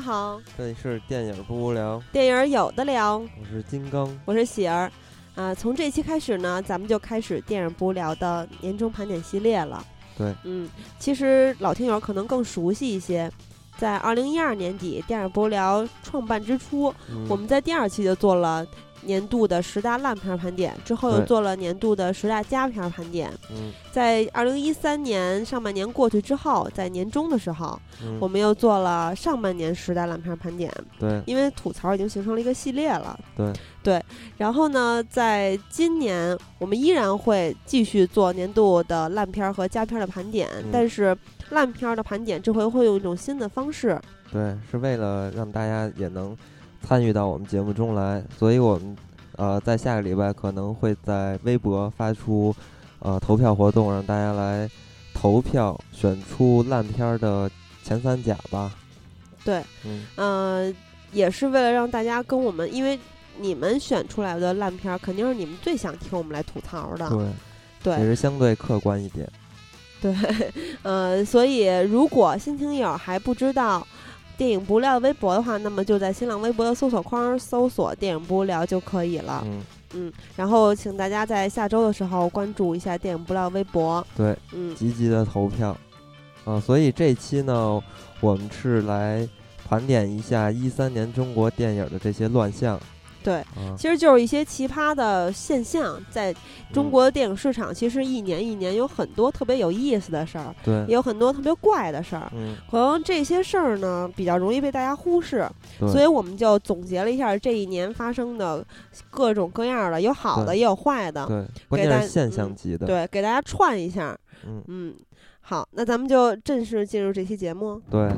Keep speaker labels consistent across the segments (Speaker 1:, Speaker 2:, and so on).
Speaker 1: 好，
Speaker 2: 这里是电影不无聊，
Speaker 1: 电影儿有的聊，
Speaker 2: 我是金刚。
Speaker 1: 我是喜儿。啊，从这期开始呢，咱们就开始电影不无聊的年终盘点系列了。
Speaker 2: 对，
Speaker 1: 嗯，其实老听友可能更熟悉一些，在二零一二年底，电影不无聊创办之初，
Speaker 2: 嗯
Speaker 1: 我们在第二期就做了年度的十大烂片儿盘点，之后又
Speaker 2: 对
Speaker 1: 做了年度的十大佳片儿盘点。
Speaker 2: 嗯
Speaker 1: 在二零一三年上半年过去之后，在年终的时候，
Speaker 2: 嗯，
Speaker 1: 我们又做了上半年十大烂片儿盘点，
Speaker 2: 对
Speaker 1: 因为吐槽已经形成了一个系列了。
Speaker 2: 对
Speaker 1: 对，然后呢，在今年我们依然会继续做年度的烂片儿和佳片儿的盘点，
Speaker 2: 嗯
Speaker 1: 但是烂片儿的盘点这回会用一种新的方式，
Speaker 2: 对，是为了让大家也能参与到我们节目中来，所以我们呃在下个礼拜可能会在微博发出呃投票活动，让大家来投票选出烂片儿的前三甲吧。
Speaker 1: 对，
Speaker 2: 嗯，
Speaker 1: 嗯、也是为了让大家跟我们，因为你们选出来的烂片儿肯定是你们最想听我们来吐槽的，
Speaker 2: 对，
Speaker 1: 啊对，
Speaker 2: 也是相对客观一点。
Speaker 1: 对，呃，所以如果新听友还不知道电影不聊微博的话，那么就在新浪微博的搜索框搜索“电影不聊”就可以了。
Speaker 2: 嗯，
Speaker 1: 嗯，然后请大家在下周的时候关注一下电影不聊微博。
Speaker 2: 对。
Speaker 1: 嗯，
Speaker 2: 积极的投票啊！所以这期呢，我们是来盘点一下一三年中国电影的这些乱象。
Speaker 1: 对
Speaker 2: 啊，
Speaker 1: 其实就是一些奇葩的现象，在中
Speaker 2: 嗯、
Speaker 1: 国电影市场，其实一年一年有很多特别有意思的事儿，也
Speaker 2: 对，
Speaker 1: 有很多特别怪的事儿。
Speaker 2: 嗯，
Speaker 1: 可能这些事儿呢，比较容易被大家忽视，
Speaker 2: 对，
Speaker 1: 所以我们就总结了一下这一年发生的各种各样的，有好的
Speaker 2: 对
Speaker 1: 也有坏的，
Speaker 2: 对，关
Speaker 1: 大
Speaker 2: 键
Speaker 1: 家
Speaker 2: 是现象
Speaker 1: 嗯
Speaker 2: 级的。
Speaker 1: 对，给大家串一下。
Speaker 2: 嗯，
Speaker 1: 嗯，好，那咱们就正式进入这期节目。
Speaker 2: 对，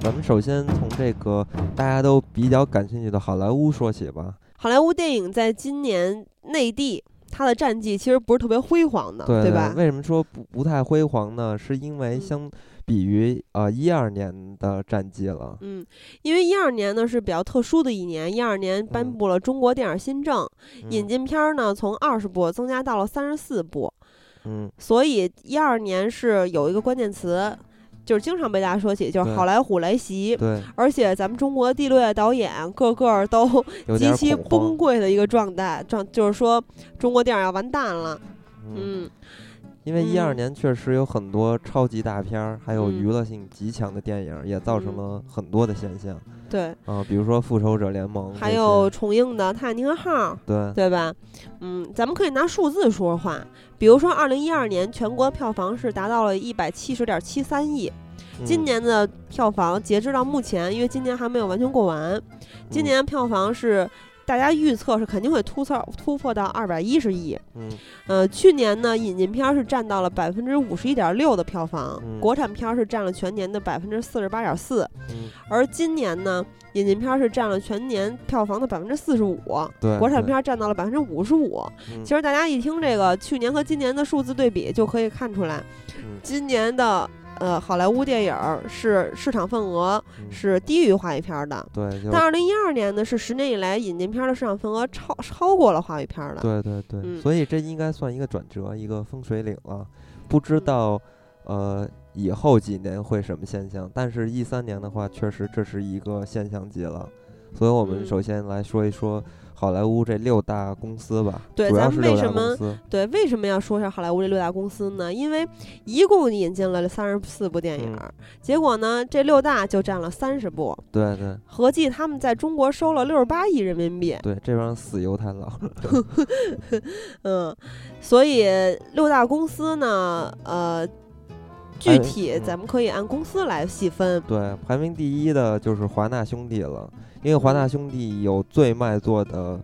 Speaker 2: 咱们首先从这个大家都比较感兴趣的好莱坞说起吧。
Speaker 1: 好莱坞电影在今年内地，它的战绩其实不是特别辉煌的，
Speaker 2: 对
Speaker 1: 吧？
Speaker 2: 为什么说不不太辉煌呢？是因为
Speaker 1: 嗯
Speaker 2: 相比于啊一二年的战绩了。
Speaker 1: 嗯，因为一二年呢是比较特殊的一年，一二年颁
Speaker 2: 嗯
Speaker 1: 布了中国电影新政，引
Speaker 2: 嗯
Speaker 1: 进片儿呢从二十部增加到了三十四部，
Speaker 2: 嗯，
Speaker 1: 所以一二年是有一个关键词，就是经常被大家说起，就是
Speaker 2: 对
Speaker 1: 好莱坞来袭，
Speaker 2: 对，
Speaker 1: 而且咱们中国地位导演个个儿都
Speaker 2: 有
Speaker 1: 极
Speaker 2: 点
Speaker 1: 其
Speaker 2: 恐慌
Speaker 1: 崩。溃的一个状态，状就是说中国电影要完蛋了。
Speaker 2: 嗯，
Speaker 1: 嗯，
Speaker 2: 因为一二
Speaker 1: 嗯
Speaker 2: 年确实有很多超级大片儿，还有
Speaker 1: 嗯
Speaker 2: 娱乐性极强的电影，也造成
Speaker 1: 嗯
Speaker 2: 了很多的现象
Speaker 1: 对，
Speaker 2: 啊，比如说《复仇者联盟》这些，
Speaker 1: 还有重映的《泰坦尼克号》，
Speaker 2: 对，
Speaker 1: 对吧？嗯，咱们可以拿数字说话，比如说二零一二年全国票房是达到了一百七十点七三亿，今
Speaker 2: 嗯
Speaker 1: 年的票房截至到目前，因为今年还没有完全过完，今
Speaker 2: 嗯
Speaker 1: 年票房是。大家预测是肯定会突破突破到二百一十亿，
Speaker 2: 嗯
Speaker 1: 呃，去年呢，引进片儿是占到了百分之五十一点六的票房，
Speaker 2: 嗯
Speaker 1: 国产片儿是占了全年的百分之四十八点四，
Speaker 2: 嗯，
Speaker 1: 而今年呢，引进片儿是占了全年票房的百分之四十五，
Speaker 2: 对，
Speaker 1: 国产
Speaker 2: 嗯对
Speaker 1: 片儿占到了百分之五十五。
Speaker 2: 嗯
Speaker 1: 其实大家一听这个去年和今年的数字对比，就可以看出来，
Speaker 2: 嗯
Speaker 1: 今年的呃好莱坞电影儿是市场份额
Speaker 2: 嗯
Speaker 1: 是低于华语片儿的，
Speaker 2: 对，就
Speaker 1: 但二零一二年呢是十年以来引进片儿的市场份额超超过了华语片儿的。
Speaker 2: 对对对，
Speaker 1: 嗯
Speaker 2: 所以这应该算一个转折，一个风水岭了。不知
Speaker 1: 嗯
Speaker 2: 道呃以后几年会什么现象，但是一三年的话，确实这是一个现象级了。所以我们
Speaker 1: 嗯
Speaker 2: 首先来说一说好莱坞这六大公司吧，
Speaker 1: 对
Speaker 2: 主要
Speaker 1: 咱
Speaker 2: 是
Speaker 1: 们为
Speaker 2: 六大
Speaker 1: 什
Speaker 2: 公
Speaker 1: 么
Speaker 2: 司。
Speaker 1: 对，为什么要说一下好莱坞这六大公司呢？因为一共引进了三十四部电影
Speaker 2: 嗯
Speaker 1: 儿，结果呢这六大就占了三十部，
Speaker 2: 对对
Speaker 1: 合计他们在中国收了六十八亿人民币。
Speaker 2: 对，这帮死犹太佬。
Speaker 1: 嗯，所以六大公司呢，呃，具
Speaker 2: 哎
Speaker 1: 体
Speaker 2: 嗯
Speaker 1: 咱们可以按公司来细分。
Speaker 2: 对，排名第一的就是华纳兄弟了，因为华纳兄弟有最卖座的。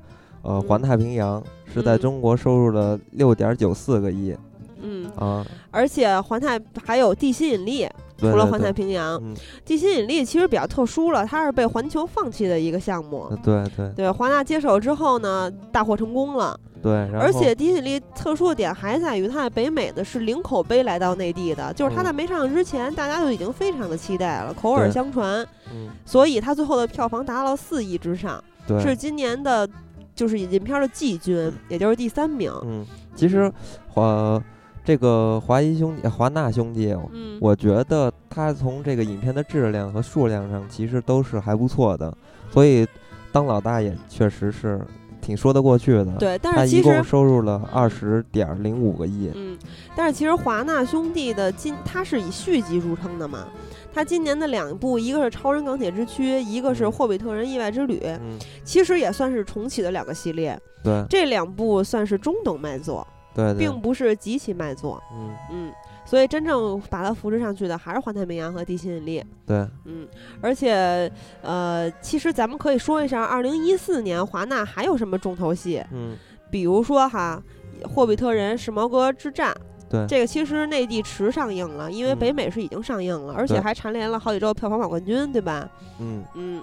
Speaker 2: 呃，环
Speaker 1: 嗯
Speaker 2: 太平洋是在
Speaker 1: 嗯
Speaker 2: 中国收入了六点九四个亿
Speaker 1: 嗯，
Speaker 2: 啊，
Speaker 1: 而且环太还有地心引力，
Speaker 2: 对
Speaker 1: 除了
Speaker 2: 对
Speaker 1: 环
Speaker 2: 对
Speaker 1: 太平洋，
Speaker 2: 嗯
Speaker 1: 地心引力其实比较特殊了，它是被环球放弃的一个项目。
Speaker 2: 呃对对
Speaker 1: 对，华纳接手之后呢，大获成功了。
Speaker 2: 对，然后
Speaker 1: 而且地心引力特殊的点还在于，它在北美的是零口碑来到内地的，就是它
Speaker 2: 嗯
Speaker 1: 在没上映之前，大家就已经非常的期待了，口耳
Speaker 2: 对
Speaker 1: 相传，
Speaker 2: 嗯，
Speaker 1: 所以它最后的票房达到了四亿之上。
Speaker 2: 对，嗯
Speaker 1: 是今年的，就是引进片儿的季军，也就是第三名。
Speaker 2: 嗯，其实，呃，这个华谊兄弟、华纳兄弟，
Speaker 1: 嗯，
Speaker 2: 我觉得他从这个影片的质量和数量上，其实都是还不错的。所以当老大也确实是挺说得过去的。，
Speaker 1: 对，但
Speaker 2: 他
Speaker 1: 是
Speaker 2: 一
Speaker 1: 其
Speaker 2: 共
Speaker 1: 实。
Speaker 2: 收入了二十点零五个亿。
Speaker 1: 嗯，但是其实华纳兄弟的今，它是以续集著称的嘛。它今年的两部，一个是《超人钢铁之躯》，一个是《
Speaker 2: 嗯
Speaker 1: 霍比特人：意外之旅》，
Speaker 2: 嗯，
Speaker 1: 其实也算是重启的两个系列。
Speaker 2: 对
Speaker 1: 这两部算是中等卖座，
Speaker 2: 对对
Speaker 1: 并，不是极其卖座。
Speaker 2: 嗯
Speaker 1: 嗯，所以真正把它扶持上去的还是《环太平洋》和《地心引力》。
Speaker 2: 对，
Speaker 1: 嗯，而且呃，其实咱们可以说一下，二零一四年华纳还有什么重头戏？
Speaker 2: 嗯
Speaker 1: 比如说哈，《霍比特人：史矛革之战》。
Speaker 2: 对
Speaker 1: 这个其实内地迟上映了，因为
Speaker 2: 嗯
Speaker 1: 北美是已经上映了，而且
Speaker 2: 对
Speaker 1: 还蝉联了好几周票房榜冠军，对吧？
Speaker 2: 嗯
Speaker 1: 嗯，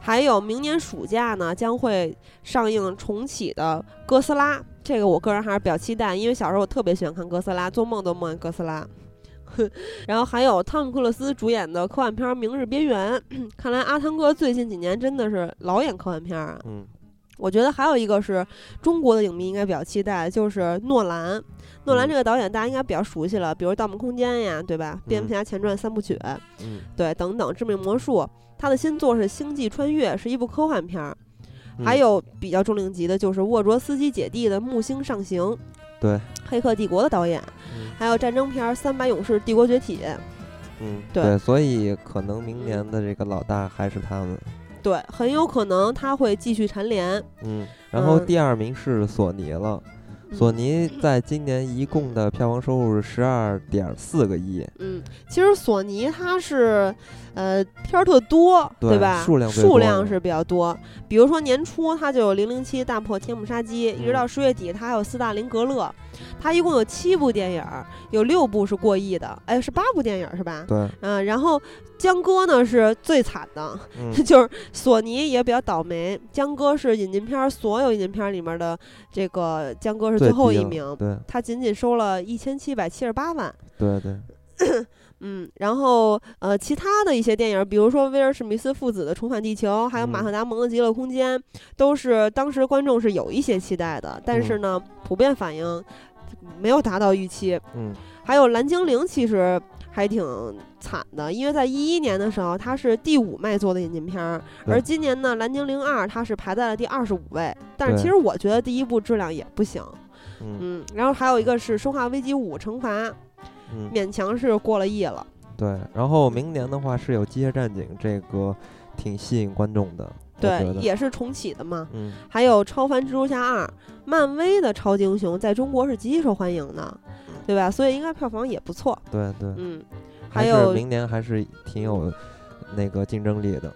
Speaker 1: 还有明年暑假呢将会上映重启的《哥斯拉》，这个我个人还是比较期待，因为小时候我特别喜欢看哥斯拉，做梦都梦见哥斯拉。然后还有汤姆·克鲁斯主演的科幻片《明日边缘》，看来阿汤哥最近几年真的是老演科幻片啊。
Speaker 2: 嗯
Speaker 1: 我觉得还有一个是中国的影迷应该比较期待，就是诺兰。诺兰
Speaker 2: 嗯
Speaker 1: 这个导演大家应该比较熟悉了，比如《盗梦空间》呀，对吧？《蝙蝠侠前传》三部曲，
Speaker 2: 嗯，
Speaker 1: 对，等等，《致命魔术》。他的新作是《星际穿越》，是一部科幻片儿。
Speaker 2: 嗯
Speaker 1: 还有比较重量级的就是沃卓斯基姐弟的《木星上行》，
Speaker 2: 对
Speaker 1: 《黑客帝国》的导演，
Speaker 2: 嗯
Speaker 1: 还有战争片儿《三百勇士：帝国崛起》。
Speaker 2: 嗯
Speaker 1: 对嗯
Speaker 2: 对，所以可能明年的这个老大还是他们。
Speaker 1: 对，很有可能他会继续蝉联。
Speaker 2: 嗯，然后
Speaker 1: 嗯
Speaker 2: 第二名是索尼了。索
Speaker 1: 嗯
Speaker 2: 尼在今年一共的票房收入是十二点四个亿，
Speaker 1: 嗯，其实索尼它是，呃，片儿特多，
Speaker 2: 对
Speaker 1: 吧？
Speaker 2: 数量最
Speaker 1: 数
Speaker 2: 多
Speaker 1: 量
Speaker 2: 的
Speaker 1: 是比较多。比如说年初它就有《零零七》大破《天幕杀机》，一直
Speaker 2: 嗯
Speaker 1: 到十月底它还有《斯大林格勒》，它一共有七部电影儿，有六部是过亿的，哎，是八部电影儿是吧？
Speaker 2: 对，
Speaker 1: 嗯、然后江歌呢是最惨的，
Speaker 2: 嗯
Speaker 1: 就是索尼也比较倒霉，江歌是引进片儿所有引进片儿里面的这个江歌是
Speaker 2: 最
Speaker 1: 最后
Speaker 2: 低
Speaker 1: 一
Speaker 2: 了
Speaker 1: 名，
Speaker 2: 对
Speaker 1: 它仅仅收了一千七百七十八万。
Speaker 2: 对对，
Speaker 1: 嗯，然后呃，其他的一些电影，比如说威尔史密斯父子的《重返地球》，还有马
Speaker 2: 嗯
Speaker 1: 赫达蒙的《极乐空间》，都是当时观众是有一些期待的，但是呢，普遍反应没有达到预期。
Speaker 2: 嗯
Speaker 1: 还有《蓝精灵》，其实还挺惨的，因为在一一年的时候，它是第五卖座的引进片儿，而
Speaker 2: 对
Speaker 1: 今年呢，《蓝精灵二》它是排在了第二十五位，但是其
Speaker 2: 对
Speaker 1: 实我觉得第一部质量也不行。
Speaker 2: 嗯
Speaker 1: 嗯，然后还有一个是《生化危机五：惩罚》，
Speaker 2: 嗯，
Speaker 1: 勉强是过了亿了。
Speaker 2: 对。然后明年的话是有《机械战警》，这个挺吸引观众的，我
Speaker 1: 对
Speaker 2: 觉，得
Speaker 1: 也是重启的嘛。
Speaker 2: 嗯
Speaker 1: 还有《超凡蜘蛛侠二》，漫威的超级英雄在中国是极其受欢迎的，对吧？所以应该票房也不错。
Speaker 2: 对嗯对，
Speaker 1: 嗯，还
Speaker 2: 还是
Speaker 1: 有
Speaker 2: 明年还是挺有那个竞争力的，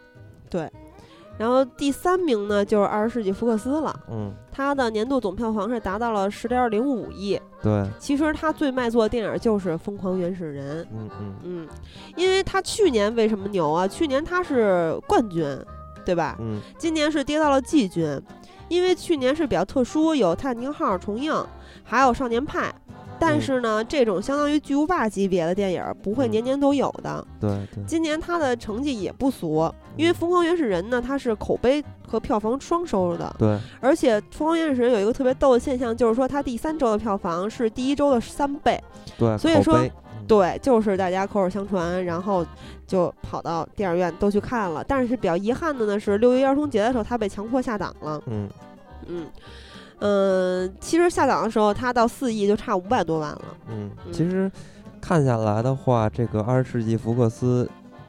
Speaker 1: 然后第三名呢就是《二十世纪福克斯》了，
Speaker 2: 嗯
Speaker 1: 它的年度总票房是达到了十点零五亿。
Speaker 2: 对，
Speaker 1: 其实它最卖座的电影就是《疯狂原始人》。
Speaker 2: 嗯嗯
Speaker 1: 嗯，因为它去年为什么牛啊？去年它是冠军，对吧？
Speaker 2: 嗯
Speaker 1: 今年是跌到了季军，因为去年是比较特殊，有《泰坦尼克号》重映，还有《少年派》。但
Speaker 2: 嗯
Speaker 1: 是呢，这种相当于巨无霸级别的电影儿不会
Speaker 2: 嗯
Speaker 1: 年年都有的。
Speaker 2: 对对，
Speaker 1: 今年它的成绩也不俗，因为《疯狂原始人》呢，它是口碑和票房双收的。
Speaker 2: 对
Speaker 1: 而且《疯狂原始人》有一个特别逗的现象，就是说它第三周的票房是第一周的三倍。
Speaker 2: 对，
Speaker 1: 所以
Speaker 2: 口
Speaker 1: 说
Speaker 2: 碑嗯
Speaker 1: 对，就是大家口耳相传，然后就跑到电影院都去看了。但是比较遗憾的呢是，六一儿童节的时候它被强迫下档了。
Speaker 2: 嗯
Speaker 1: 嗯，嗯，其实下档的时候，它到四亿就差五百多万了。
Speaker 2: 嗯，
Speaker 1: 嗯
Speaker 2: 其实看下来的话，这个二十世纪福克斯，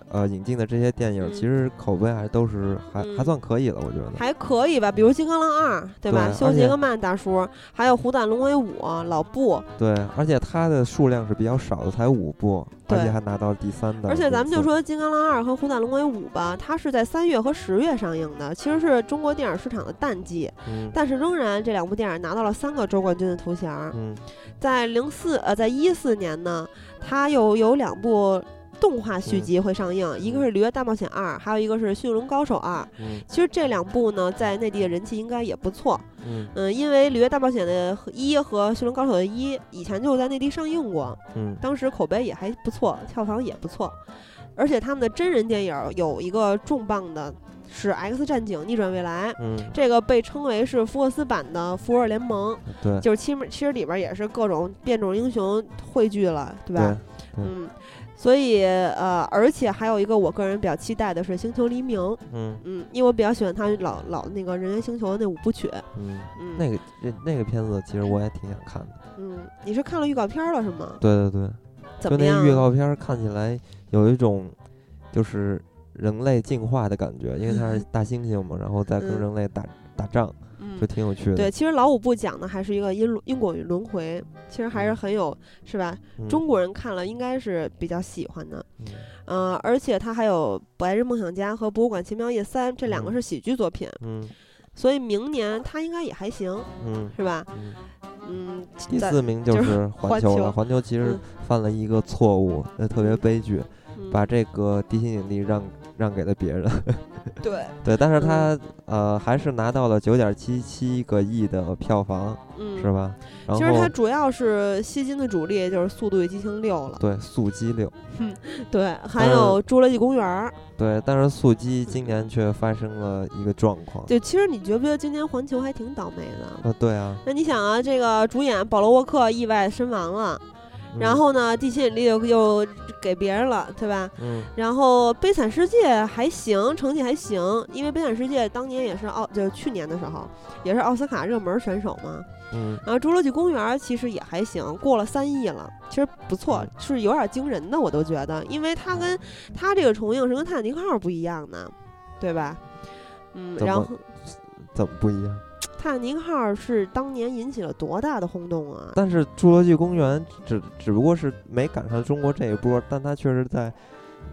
Speaker 2: 呃，引进的这些电影，
Speaker 1: 嗯
Speaker 2: 其实口碑还都是还、还
Speaker 1: 嗯
Speaker 2: 算可以的，我觉得。
Speaker 1: 还可以吧，比如《金刚狼二》，对吧？
Speaker 2: 对
Speaker 1: 休
Speaker 2: 而
Speaker 1: 杰
Speaker 2: 且
Speaker 1: 克曼大叔，还有《虎胆龙威五》、老布，
Speaker 2: 对，而且它的数量是比较少的，才五部，而
Speaker 1: 对
Speaker 2: 且还拿到第三的名次。
Speaker 1: 而且咱们就说《金刚狼二》和《虎胆龙威五》吧，它是在三月和十月上映的，其实是中国电影市场的淡季，
Speaker 2: 嗯，
Speaker 1: 但是仍然这两部电影拿到了三个周冠军的头衔儿。
Speaker 2: 嗯
Speaker 1: 在零四呃，在一四年呢，它又有两部动画续
Speaker 2: 嗯
Speaker 1: 集会上映，一个是《驴儿大冒险二》，还有一个是《驯龙高手二》。
Speaker 2: 嗯
Speaker 1: 其实这两部呢，在内地的人气应该也不错。
Speaker 2: 嗯
Speaker 1: 嗯，因为《里约大冒险》的一和《驯龙高手》的一以前就在内地上映过，
Speaker 2: 嗯
Speaker 1: 当时口碑也还不错，票房也不错。而且他们的真人电影有一个重磅的是《X 战警：逆转未来》。
Speaker 2: 嗯，
Speaker 1: 这个被称为是福克斯版的复仇者联盟，
Speaker 2: 对，
Speaker 1: 就是其实其实里边也是各种变种英雄汇聚了，对吧？
Speaker 2: 对，
Speaker 1: 嗯，所以呃，而且还有一个我个人比较期待的是《星球黎明》，
Speaker 2: 嗯
Speaker 1: 嗯，因为我比较喜欢他老老那个人猿星球的那五部曲，
Speaker 2: 嗯，
Speaker 1: 嗯，
Speaker 2: 那个那那个片子其实我也挺想看的。
Speaker 1: 嗯，你是看了预告片了是吗？
Speaker 2: 对对对，
Speaker 1: 怎
Speaker 2: 就
Speaker 1: 么样
Speaker 2: 那
Speaker 1: 啊？
Speaker 2: 预告片儿看起来有一种就是人类进化的感觉，因为它是大猩猩嘛，然后再跟
Speaker 1: 嗯
Speaker 2: 人类打打仗，
Speaker 1: 嗯
Speaker 2: 就，挺有趣的。
Speaker 1: 对，其实老五部讲的还是一个因因果与轮回，其实还是很有是吧？
Speaker 2: 嗯，
Speaker 1: 中国人看了应该是比较喜欢的，
Speaker 2: 嗯
Speaker 1: 呃，而且它还有《白日梦想家》和《博物馆奇妙夜三》这两个
Speaker 2: 嗯
Speaker 1: 是喜剧作品，
Speaker 2: 嗯
Speaker 1: 所以明年它应该也还行，
Speaker 2: 嗯
Speaker 1: 是吧？
Speaker 2: 嗯。
Speaker 1: 嗯，
Speaker 2: 第
Speaker 1: 咱
Speaker 2: 四名就
Speaker 1: 就是
Speaker 2: 是
Speaker 1: 环
Speaker 2: 环球
Speaker 1: 球
Speaker 2: 了。环球其实
Speaker 1: 嗯
Speaker 2: 犯了一个错误，呃，特别悲剧，
Speaker 1: 嗯
Speaker 2: 把这个地心引力让让给了别人。
Speaker 1: 对，
Speaker 2: 对，但是
Speaker 1: 嗯
Speaker 2: 他呃还是拿到了九点七七个亿的票房，
Speaker 1: 嗯，
Speaker 2: 是吧？然
Speaker 1: 其实它
Speaker 2: 后
Speaker 1: 主要是吸金的主力就是《速度与激情六》了，
Speaker 2: 对《速激六》，
Speaker 1: 对，还
Speaker 2: 但
Speaker 1: 有《侏罗纪公园》儿。
Speaker 2: 对，但是《速激》今年却发生了一个状况。
Speaker 1: 就其实你觉不觉得今年环球还挺倒霉的？
Speaker 2: 呃，对啊，
Speaker 1: 那你想啊，这个主演保罗·沃克意外身亡了，
Speaker 2: 嗯
Speaker 1: 然后呢，地心引力又又给别人了，对吧？
Speaker 2: 嗯
Speaker 1: 然后《悲惨世界》还行，成绩还行，因为《悲惨世界》当年也是奥，就去年的时候也是奥斯卡热门选手嘛。
Speaker 2: 嗯
Speaker 1: 然后《侏罗纪公园》其实也还行，过了三亿了，其实不错
Speaker 2: 嗯，
Speaker 1: 是有点惊人的，我都觉得，因为它跟它这个重映是跟《泰坦尼克号》不一样的，对吧？嗯，
Speaker 2: 怎
Speaker 1: 然后
Speaker 2: 么
Speaker 1: 《
Speaker 2: 怎么不一样？
Speaker 1: 泰坦尼克号》是当年引起了多大的轰动啊！
Speaker 2: 但是《侏罗纪公园》只只不过是没赶上中国这一波，但它确实在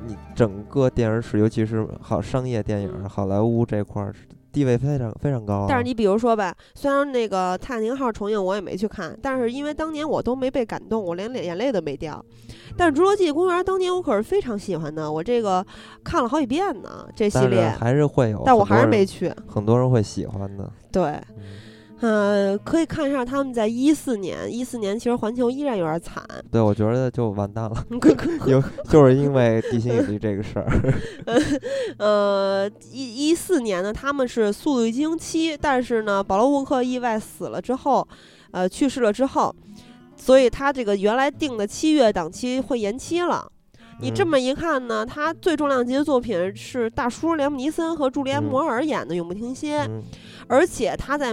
Speaker 2: 你整个电影史，尤其是好商业电影、好莱坞这块儿地位非常非常高、啊。
Speaker 1: 但是你比如说吧，虽然那个《泰坦尼克号》重映我也没去看，但是因为当年我都没被感动，我连眼眼泪都没掉。但是《侏罗纪公园》当年我可是非常喜欢的，我这个看了好几遍呢，这系
Speaker 2: 但是
Speaker 1: 列，
Speaker 2: 还是会有很多人，
Speaker 1: 但我还是没去。
Speaker 2: 很多人会喜欢的。
Speaker 1: 对，
Speaker 2: 嗯
Speaker 1: 呃，可以看一下他们在一四年，一四年其实环球依然有点惨，
Speaker 2: 对，我觉得就完蛋了， 有就是因为地心引力这个事 儿。
Speaker 1: 呃，一一四年呢，他们是《速度与激情七》，但是呢，保罗·沃克意外死了之后，呃，去世了之后，所以他这个原来定的七月档期会延期了。你这
Speaker 2: 嗯
Speaker 1: 么一看呢，他最重量级的作品是大叔连姆尼森和朱莉安·摩尔演的《永不停歇》，
Speaker 2: 嗯
Speaker 1: 而且他在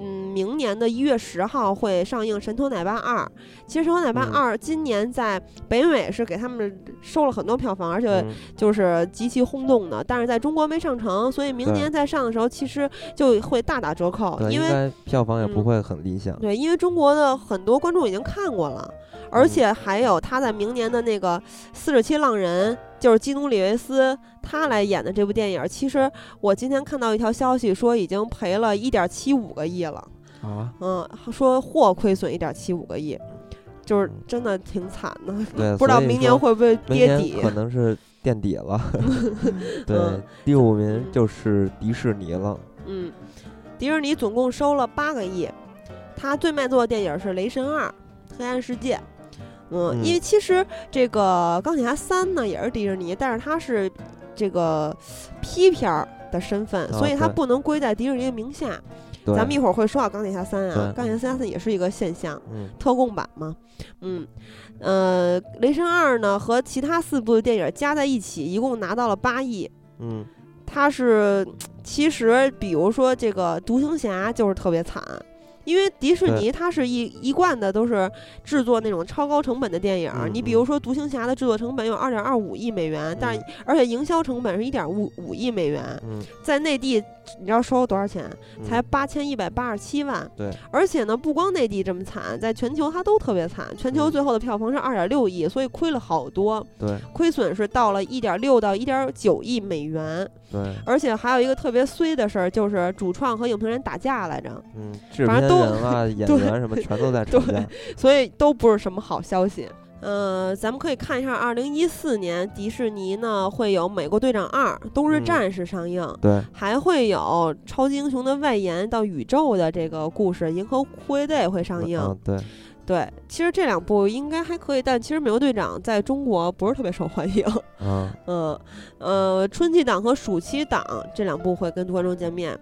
Speaker 1: 嗯明年的一月十号会上映《神偷奶爸二》。其实《神偷奶爸
Speaker 2: 嗯
Speaker 1: 二》今年在北美是给他们收了很多票房，而且
Speaker 2: 嗯
Speaker 1: 就是极其轰动的，但是在中国没上成，所以明
Speaker 2: 对
Speaker 1: 年再上的时候，其实就会大打折扣，
Speaker 2: 对，
Speaker 1: 因
Speaker 2: 应
Speaker 1: 为
Speaker 2: 该票房也不
Speaker 1: 嗯
Speaker 2: 会很理想。
Speaker 1: 对，因为中国的很多观众已经看过了，而
Speaker 2: 嗯
Speaker 1: 且还有他在明年的那个《四十七浪人》，就是基努·里维斯他来演的这部电影，其实我今天看到一条消息说已经赔了一点七五个亿了，
Speaker 2: 啊，
Speaker 1: 嗯，说或亏损一点七五个亿，就是真的挺惨的，
Speaker 2: 对，
Speaker 1: 不知道
Speaker 2: 所以
Speaker 1: 明年
Speaker 2: 说
Speaker 1: 会不会
Speaker 2: 明
Speaker 1: 跌
Speaker 2: 年
Speaker 1: 底。
Speaker 2: 可能是垫底 了。对
Speaker 1: 嗯，
Speaker 2: 第五名就是迪士尼了。
Speaker 1: 嗯，迪士尼总共收了八个亿，它最卖座的电影是《雷神二：黑暗世界》。嗯，
Speaker 2: 嗯
Speaker 1: 因为其实这个《钢铁侠三》呢也是迪士尼，但是它是这个 P 片儿的身份，
Speaker 2: 啊
Speaker 1: 所以它
Speaker 2: 对
Speaker 1: 不能归在迪士尼的名下。
Speaker 2: 对，
Speaker 1: 咱们一会儿会说到《钢铁侠三》啊，
Speaker 2: 对
Speaker 1: 《钢铁侠三》也是一个现象。
Speaker 2: 嗯
Speaker 1: 特供版嘛，嗯，呃，《雷神二》呢和其他四部电影加在一起，一共拿到了八亿，
Speaker 2: 嗯
Speaker 1: 它是其实比如说这个独行侠就是特别惨，因为迪士尼它是一一贯的都是制作那种超高成本的电影儿。
Speaker 2: 嗯
Speaker 1: 你比
Speaker 2: 嗯
Speaker 1: 如说独行侠的制作成本有二点二五亿美元，但是
Speaker 2: 嗯
Speaker 1: 而且营销成本是一点五五亿美元，
Speaker 2: 嗯，
Speaker 1: 在内地你知道收了多少钱？
Speaker 2: 嗯
Speaker 1: 才八千一百八十七万。
Speaker 2: 对，
Speaker 1: 而且呢，不光内地这么惨，在全球它都特别惨。全
Speaker 2: 嗯
Speaker 1: 球最后的票房是二点六亿，所以亏了好多，
Speaker 2: 对
Speaker 1: 亏损是到了一点六到一点九亿美元。
Speaker 2: 对，
Speaker 1: 而且还有一个特别衰的事儿，就是主创和影评人打架来着，
Speaker 2: 嗯，制
Speaker 1: 反
Speaker 2: 片
Speaker 1: 正都
Speaker 2: 人啊、 演
Speaker 1: 对
Speaker 2: 员什么全都在吵
Speaker 1: 对
Speaker 2: 架。
Speaker 1: 所以都不是什么好消息。呃，咱们可以看一下，二零一四年迪士尼呢会有《美国队长二：冬日
Speaker 2: 嗯
Speaker 1: 战士》上映，
Speaker 2: 对，
Speaker 1: 还会有超级英雄的外延到宇宙的这个故事《银河护卫队》会上映。
Speaker 2: 嗯，对，
Speaker 1: 对，其实这两部应该还可以，但其实《美国队长》在中国不是特别受欢迎。
Speaker 2: 啊，
Speaker 1: 嗯，呃，春季档和暑期档这两部会跟观众见面。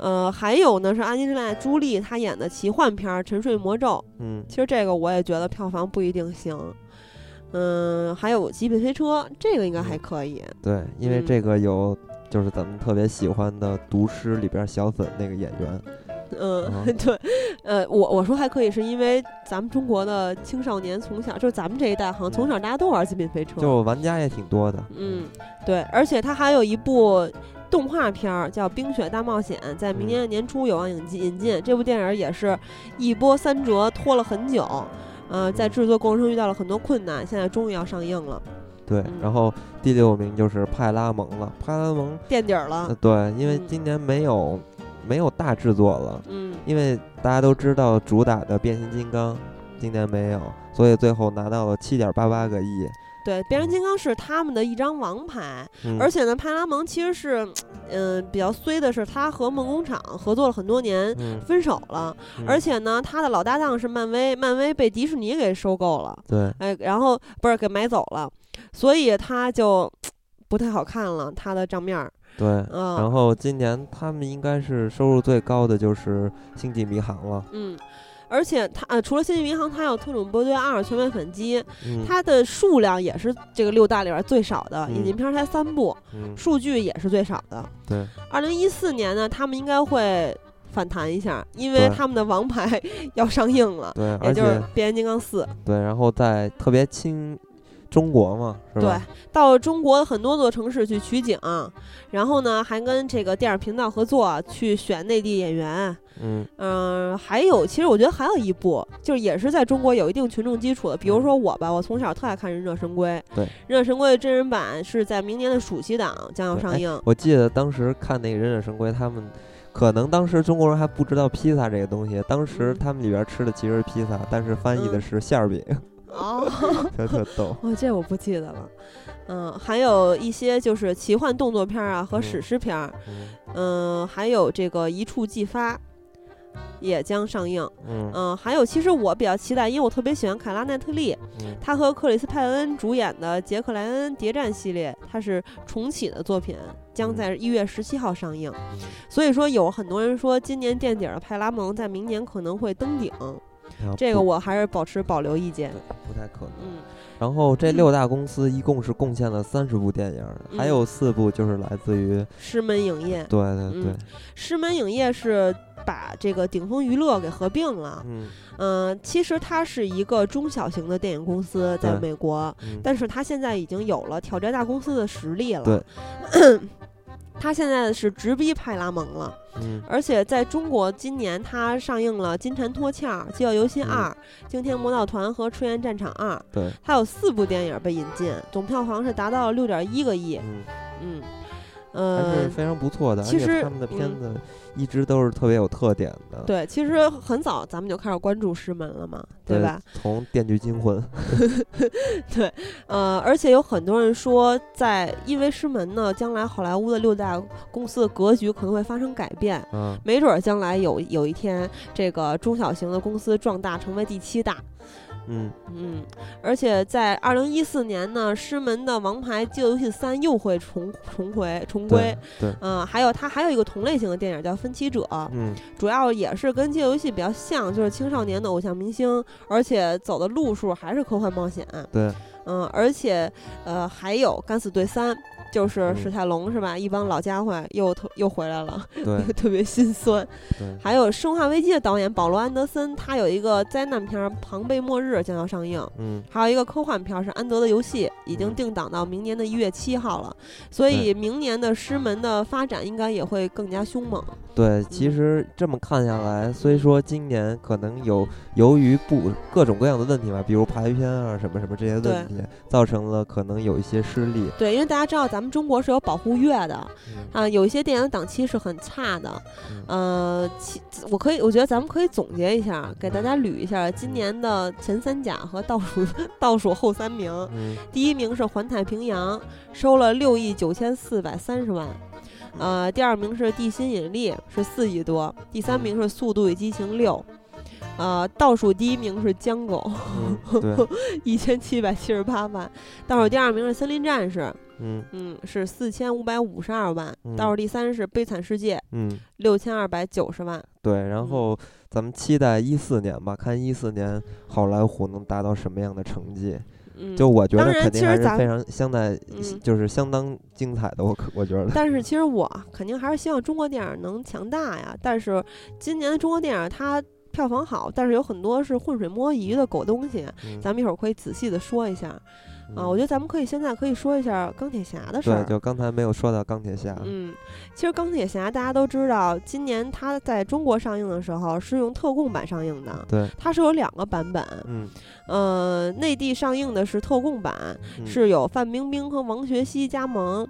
Speaker 1: 呃，还有呢是安吉丽娜·朱莉她演的奇幻片儿《沉睡魔咒》，
Speaker 2: 嗯
Speaker 1: 其实这个我也觉得票房不一定行。嗯，还有《极品飞车》，这个应该还可以。
Speaker 2: 对，因为
Speaker 1: 嗯
Speaker 2: 这个有就是咱们特别喜欢的《毒师》里边小粉那个演员，
Speaker 1: 嗯，
Speaker 2: 哦
Speaker 1: 对，呃，我我说还可以，是因为咱们中国的青少年从小就是咱们这一代，好像从小大家都玩《极品飞车》。
Speaker 2: 就玩家也挺多的。
Speaker 1: 嗯，对，而且它还有一部动画片儿叫《冰雪大冒险》，在
Speaker 2: 嗯
Speaker 1: 明年的年初有望引进。引进这部电影儿也是一波三折，拖了很久。呃，
Speaker 2: 嗯
Speaker 1: 在制作过程中遇到了很多困难，现在终于要上映了，
Speaker 2: 对，
Speaker 1: 嗯
Speaker 2: 然后第六名就是派拉蒙了。派拉蒙，
Speaker 1: 垫底儿
Speaker 2: 呃
Speaker 1: 了。
Speaker 2: 对，因为
Speaker 1: 嗯
Speaker 2: 今年没有没有大制作了，
Speaker 1: 嗯，
Speaker 2: 因为大家都知道主打的变形金刚今年没有，所以最后拿到了七点八八个亿。
Speaker 1: 对，变形金刚是他们的一张王牌，
Speaker 2: 嗯、
Speaker 1: 而且呢，派拉蒙其实是，嗯、比较衰的是，他和梦工厂合作了很多年，
Speaker 2: 嗯，
Speaker 1: 分手了，
Speaker 2: 嗯
Speaker 1: 而且呢，他的老搭档是漫威，漫威被迪士尼给收购了。
Speaker 2: 对，
Speaker 1: 哎，然后不是给买走了，所以他就不太好看了，他的账面儿，
Speaker 2: 对，
Speaker 1: 嗯
Speaker 2: 然后今年他们应该是收入最高的就是《星际迷航》了。
Speaker 1: 嗯，而且他呃，除了《星际迷航》，他还有《特种部队二：全面反击》，
Speaker 2: 嗯，
Speaker 1: 它的数量也是这个六大里边儿最少的，引进
Speaker 2: 嗯
Speaker 1: 片儿才三部，
Speaker 2: 嗯，
Speaker 1: 数据也是最少的。
Speaker 2: 对，
Speaker 1: 二零一四年呢，他们应该会反弹一下，因为
Speaker 2: 对
Speaker 1: 他们的王牌 要上映了，
Speaker 2: 对，
Speaker 1: 也
Speaker 2: 而
Speaker 1: 就是
Speaker 2: 且
Speaker 1: 《变形金刚四》。
Speaker 2: 对，然后在特别亲中国嘛，是
Speaker 1: 对
Speaker 2: 吧？，
Speaker 1: 到中国很多座城市去取景，然后呢，还跟这个电影频道合作去选内地演员。
Speaker 2: 嗯，
Speaker 1: 嗯、还有，其实我觉得还有一部，就是也是在中国有一定群众基础的，比如说我吧，我从小特爱看《忍者神龟》。
Speaker 2: 嗯对
Speaker 1: 《忍者神龟》的真人版是在明年的暑期档将要
Speaker 2: 对
Speaker 1: 上
Speaker 2: 哎
Speaker 1: 映。
Speaker 2: 我记得当时看那个《忍者神龟》，他们可能当时中国人还不知道披萨这个东西，当时
Speaker 1: 嗯
Speaker 2: 他们里边吃的其实是披萨，但是翻译的
Speaker 1: 嗯
Speaker 2: 是馅儿饼，
Speaker 1: 哦，
Speaker 2: 特特逗。
Speaker 1: 哦，这我不记得了。嗯，还有一些就是奇幻动作片儿啊和
Speaker 2: 嗯
Speaker 1: 史诗片儿，
Speaker 2: 嗯
Speaker 1: 嗯、还有这个一触即发，也将上映。
Speaker 2: 嗯
Speaker 1: 嗯，还有，其实我比较期待，因为我特别喜欢凯拉奈特利，
Speaker 2: 嗯
Speaker 1: 她和克里斯派恩主演的《杰克莱恩谍战》系列，它是重启的作品，将
Speaker 2: 嗯
Speaker 1: 在一月十七号上映。所以说，有很多人说今年垫底儿的派拉蒙在明年可能会登顶，
Speaker 2: 然后
Speaker 1: 这个
Speaker 2: 哦不
Speaker 1: 我还是保持保留意见。
Speaker 2: 不太可能。
Speaker 1: 嗯，
Speaker 2: 然后这六大公司一共是贡献了三十部电影，还
Speaker 1: 嗯
Speaker 2: 有四部就是来自于
Speaker 1: 狮门影业，
Speaker 2: 对对对
Speaker 1: 嗯，狮门影业是把这个顶峰娱乐给合并了。
Speaker 2: 嗯
Speaker 1: 嗯、其实它是一个中小型的电影公司，在
Speaker 2: 对
Speaker 1: 美国。
Speaker 2: 嗯
Speaker 1: 但是他现在已经有了挑战大公司的实力了。
Speaker 2: 对
Speaker 1: 他现在是直逼派拉蒙了，
Speaker 2: 嗯
Speaker 1: 而且在中国今年他上映了《金蝉脱壳》《饥饿游戏
Speaker 2: 嗯
Speaker 1: 二》《惊天魔盗团》和《炊烟战场二》，
Speaker 2: 对
Speaker 1: 他有四部电影被引进，总票房是达到了六点一个亿。
Speaker 2: 嗯
Speaker 1: 嗯，
Speaker 2: 还是
Speaker 1: 呃，
Speaker 2: 非常不错的，而
Speaker 1: 其
Speaker 2: 且
Speaker 1: 实
Speaker 2: 他们的片
Speaker 1: 嗯
Speaker 2: 子一直都是特别有特点的。
Speaker 1: 对，其实很早咱们就开始关注师门了嘛，对吧？？
Speaker 2: 从《电锯惊魂》
Speaker 1: 呃，而且有很多人说在，因为师门呢，将来好莱坞的六大公司的格局可能会发生改变。
Speaker 2: 嗯，
Speaker 1: 没准儿将来有有一天，这个中小型的公司壮大成为第七大。
Speaker 2: 嗯
Speaker 1: 嗯，而且在二零一四年呢，狮门的王牌《饥饿游戏三》又会重重回重归
Speaker 2: 对。对，
Speaker 1: 嗯，还有它还有一个同类型的电影叫《分歧者》，
Speaker 2: 嗯
Speaker 1: 主要也是跟《饥饿游戏》比较像，就是青少年的偶像明星，而且走的路数还是科幻冒险。
Speaker 2: 对，
Speaker 1: 嗯，而且呃还有《敢死队三》，就是
Speaker 2: 嗯
Speaker 1: 史泰龙是吧？一帮老家伙又又回来了，
Speaker 2: 对
Speaker 1: 特别心酸。
Speaker 2: 对，
Speaker 1: 还有《生化危机》的导演保罗·安德森，他有一个灾难片儿《庞贝末日》将要上映，
Speaker 2: 嗯
Speaker 1: 还有一个科幻片儿是《安德的游戏》，已经
Speaker 2: 嗯
Speaker 1: 定档到明年的一月七号了。所以明年的师门的发展应该也会更加凶猛。
Speaker 2: 对。其
Speaker 1: 嗯
Speaker 2: 实这么看下来，虽说今年可能有由于不各种各样的问题吧，比如排片啊什么什么这些
Speaker 1: 对
Speaker 2: 问题，造成了可能有一些失利。
Speaker 1: 对，因为大家知道咱们中国是有保护月的
Speaker 2: 嗯
Speaker 1: 啊，有一些电影的档期是很差的。
Speaker 2: 嗯
Speaker 1: 呃，其我可以，我觉得咱们可以总结一下，给大家
Speaker 2: 嗯
Speaker 1: 捋一下今年的前三甲和倒数 倒数后三名。
Speaker 2: 嗯
Speaker 1: 第一名是环太平洋，收了六亿九千四百三十万。呃，第二名是地心引力，是四亿多。第三名是速度与激情六。呃，倒数第一名是江狗，
Speaker 2: 嗯，对，
Speaker 1: 一千七百七十八万；倒数第二名是森林战士，
Speaker 2: 嗯
Speaker 1: 嗯，是四千五百五十二万；
Speaker 2: 嗯
Speaker 1: 倒数第三是悲惨世界，
Speaker 2: 嗯，
Speaker 1: 六千二百九十万。
Speaker 2: 对。然
Speaker 1: 嗯
Speaker 2: 后咱们期待一四年吧，看一四年好莱坞能达到什么样的成绩。
Speaker 1: 嗯，
Speaker 2: 就我觉
Speaker 1: 当
Speaker 2: 得
Speaker 1: 然
Speaker 2: 肯定
Speaker 1: 其
Speaker 2: 还
Speaker 1: 实
Speaker 2: 是
Speaker 1: 咱
Speaker 2: 非常相当，
Speaker 1: 嗯
Speaker 2: 就是相当精彩的。我可我觉得，
Speaker 1: 但是其实我啊肯定还是希望中国电影能强大呀。但是今年的中国电影它票房好，但是有很多是浑水摸鱼的狗东西，
Speaker 2: 嗯
Speaker 1: 咱们一会儿可以仔细的说一下啊。我觉得咱们可以现在可以说一下钢铁侠的事
Speaker 2: 对，
Speaker 1: 儿。
Speaker 2: 就刚才没有说到钢铁侠，
Speaker 1: 嗯，其实钢铁侠大家都知道，今年它在中国上映的时候是用特供版上映的，
Speaker 2: 对，
Speaker 1: 它是有两个版本。
Speaker 2: 嗯，
Speaker 1: 呃，内地上映的是特供版，
Speaker 2: 嗯
Speaker 1: 是有范冰冰和王学圻加盟，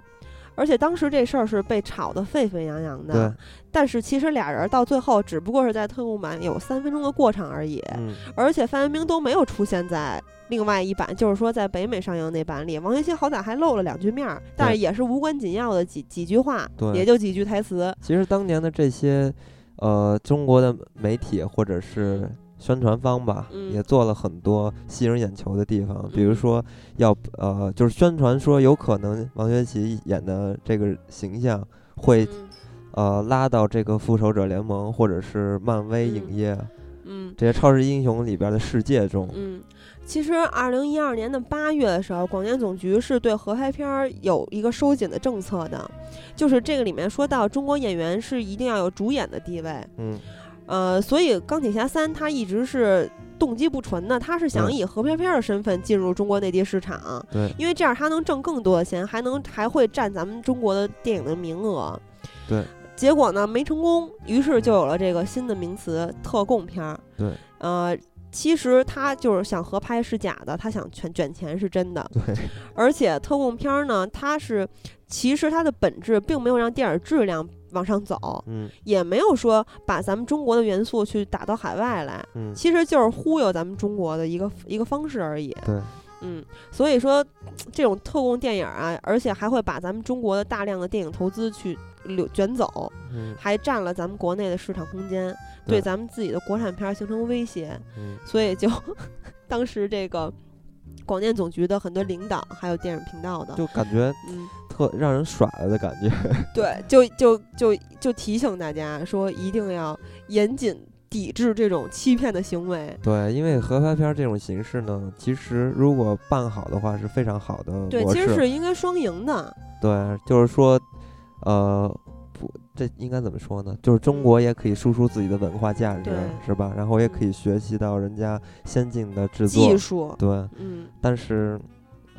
Speaker 1: 而且当时这事儿是被炒得沸沸扬扬
Speaker 2: 对
Speaker 1: 的。，但是其实俩人到最后只不过是在特供版有三分钟的过场而已，
Speaker 2: 嗯，
Speaker 1: 而且范冰冰都没有出现在。另外一版就是说，在北美上映那版里，王学圻好歹还露了两句面儿，但是也是无关紧要的几几句话，
Speaker 2: 对
Speaker 1: 也就几句台词。
Speaker 2: 其实当年的这些，呃，中国的媒体或者是宣传方吧，
Speaker 1: 嗯
Speaker 2: 也做了很多吸引眼球的地方，比如
Speaker 1: 嗯
Speaker 2: 说要呃，就是宣传说有可能王学圻演的这个形象会、
Speaker 1: 嗯
Speaker 2: 呃拉到这个复仇者联盟或者是漫威影
Speaker 1: 嗯
Speaker 2: 业、
Speaker 1: 嗯
Speaker 2: 这些超级英雄里边的世界中，
Speaker 1: 嗯，其实二零一二年的八月的时候，广电总局是对合拍片儿有一个收紧的政策的，就是这个里面说到中国演员是一定要有主演的地位，
Speaker 2: 嗯，
Speaker 1: 呃，所以钢铁侠三它一直是动机不纯的，它是想
Speaker 2: 对
Speaker 1: 以合拍片儿的身份进入中国内地市场，
Speaker 2: 对
Speaker 1: 因为这样它能挣更多的钱，还能还会占咱们中国的电影的名额。
Speaker 2: 对，嗯
Speaker 1: 结果呢没成功，于是就有了这个新的名词“特供片”。儿”。
Speaker 2: 对，
Speaker 1: 呃，其实他就是想合拍是假的，他想卷卷钱是真的。
Speaker 2: 对，
Speaker 1: 而且特供片儿呢，它是其实它的本质并没有让电影质量往上走，
Speaker 2: 嗯
Speaker 1: 也没有说把咱们中国的元素去打到海外来，
Speaker 2: 嗯，
Speaker 1: 其实就是忽悠咱们中国的一个一个方式而已。
Speaker 2: 对，
Speaker 1: 嗯，所以说这种特供电影啊，而且还会把咱们中国的大量的电影投资去流卷走，
Speaker 2: 嗯
Speaker 1: 还占了咱们国内的市场空间，
Speaker 2: 对
Speaker 1: 对咱们自己的国产片儿形成威胁，
Speaker 2: 嗯
Speaker 1: 所以就当时这个广电总局的很多领导还有电影频道的，
Speaker 2: 就感觉
Speaker 1: 嗯，
Speaker 2: 特让人耍了的感觉，
Speaker 1: 对，就就就就提醒大家说，一定要严谨抵制这种欺骗的行为。
Speaker 2: 对，因为合拍片儿这种形式呢，其实如果办好的话是非常好的
Speaker 1: 对，
Speaker 2: 模
Speaker 1: 其
Speaker 2: 式。
Speaker 1: 实是应该双赢的。
Speaker 2: 对，就是说，呃，不，这应该怎么说呢？就是中国也可以输出自己的文化价值
Speaker 1: 对，
Speaker 2: 是吧？然后也可以学习到人家先进的制作
Speaker 1: 技，术，
Speaker 2: 对。
Speaker 1: 嗯，
Speaker 2: 但是，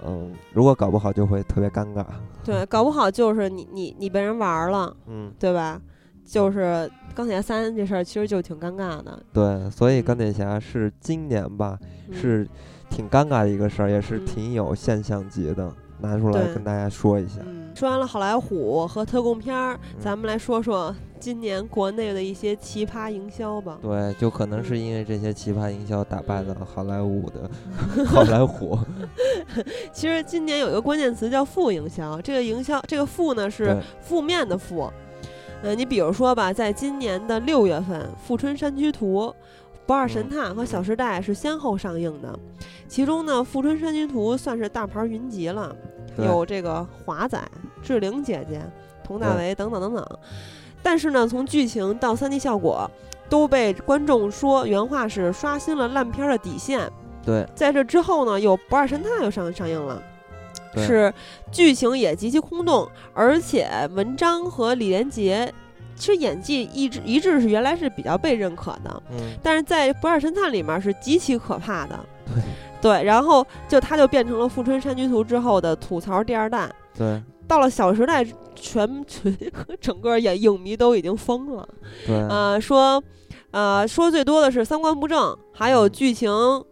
Speaker 2: 嗯，如果搞不好就会特别尴尬。
Speaker 1: 对，搞不好就是你你你被人玩儿了，
Speaker 2: 嗯，
Speaker 1: 对吧？就是钢铁侠三这事儿，其实就挺尴尬的。
Speaker 2: 对，所以
Speaker 1: 嗯
Speaker 2: 钢铁侠是今年吧，
Speaker 1: 嗯、
Speaker 2: 是挺尴尬的一个事儿，也是
Speaker 1: 嗯
Speaker 2: 挺有现象级的，拿出来
Speaker 1: 对
Speaker 2: 跟大家说一下。
Speaker 1: 嗯，说完了好莱坞和特供片儿，
Speaker 2: 嗯
Speaker 1: 咱们来说说今年国内的一些奇葩营销吧。
Speaker 2: 对，就可能是
Speaker 1: 嗯
Speaker 2: 因为这些奇葩营销打败了好莱坞 的好莱坞。
Speaker 1: 其实今年有一个关键词叫负营销，这个营销这个负呢是
Speaker 2: 对
Speaker 1: 负面的负。呃，你比如说吧，在今年的六月份，《富春山居图》《不二
Speaker 2: 嗯
Speaker 1: 神探》和《小时代》是先后上映的。其中呢，《富春山居图》算是大牌云集了，
Speaker 2: 对
Speaker 1: 有这个华仔、志玲姐姐、佟大为等等等等。但是呢，从剧情到 3D 效果，都被观众说原话是刷新了烂片儿的底线。
Speaker 2: 对
Speaker 1: 在这之后呢，有《不二神探》又上上映了，
Speaker 2: 对
Speaker 1: 是剧情也极其空洞，而且文章和李连杰其实演技一直一致是原来是比较被认可的，
Speaker 2: 嗯，
Speaker 1: 但是在《不二神探》里面是极其可怕的。
Speaker 2: 对
Speaker 1: 对，然后就它就变成了《富春山居图》之后的吐槽第二弹。
Speaker 2: 对
Speaker 1: 到了《小时代》全，全整个影影迷都已经疯了。
Speaker 2: 对，
Speaker 1: 呃，说，呃，说最多的是三观不正，还有
Speaker 2: 嗯
Speaker 1: 剧情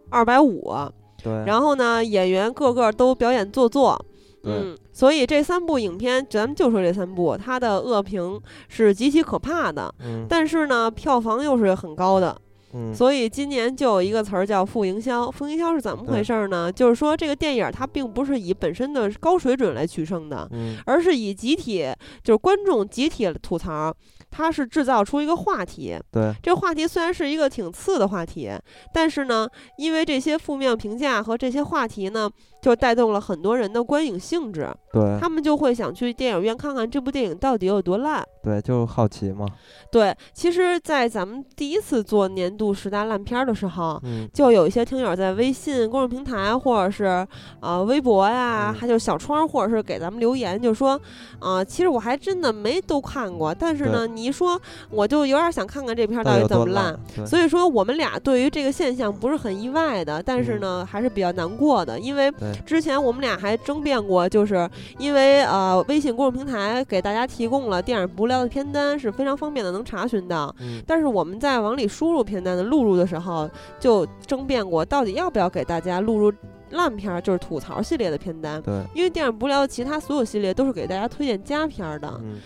Speaker 1: 二百五，
Speaker 2: 对，
Speaker 1: 然后呢，演员个个都表演做作。
Speaker 2: 对
Speaker 1: 嗯，所以这三部影片，咱们就说这三部，它的恶评是极其可怕的，
Speaker 2: 嗯
Speaker 1: 但是呢，票房又是很高的。
Speaker 2: 嗯
Speaker 1: 所以今年就有一个词儿叫“负营销”。负营销是怎么回
Speaker 2: 对
Speaker 1: 事儿呢？就是说这个电影它并不是以本身的高水准来取胜的，
Speaker 2: 嗯
Speaker 1: 而是以集体就是观众集体吐槽，它是制造出一个话题，
Speaker 2: 对，
Speaker 1: 这话题虽然是一个挺次的话题，但是呢，因为这些负面评价和这些话题呢，就带动了很多人的观影兴致，
Speaker 2: 对，
Speaker 1: 他们就会想去电影院看看这部电影到底有多烂。
Speaker 2: 对，就是好奇嘛，
Speaker 1: 对，其实，在咱们第一次做年度十大烂片儿的时候。
Speaker 2: 嗯，
Speaker 1: 就有一些听友在微信公众平台，或者是呃微博呀，
Speaker 2: 嗯
Speaker 1: 还有小窗，或者是给咱们留言，就说，啊、其实我还真的没都看过，但是呢，你一说我就有点想看看这片儿到
Speaker 2: 底
Speaker 1: 底
Speaker 2: 有
Speaker 1: 怎么
Speaker 2: 多
Speaker 1: 烂
Speaker 2: 烂？。对，
Speaker 1: 所以说，我们俩对于这个现象不是很意外的，但是呢，还是比较难过的，因为
Speaker 2: 对
Speaker 1: 之前我们俩还争辩过，就是因为呃，微信公众平台给大家提供了电影无聊的片单，是非常方便的，能查询的。
Speaker 2: 嗯，
Speaker 1: 但是我们在往里输入片单的录入的时候，就争辩过，到底要不要给大家录入烂片儿，就是吐槽系列的片单。
Speaker 2: 对，
Speaker 1: 因为电影无聊的其他所有系列都是给大家推荐佳片儿的，
Speaker 2: 嗯，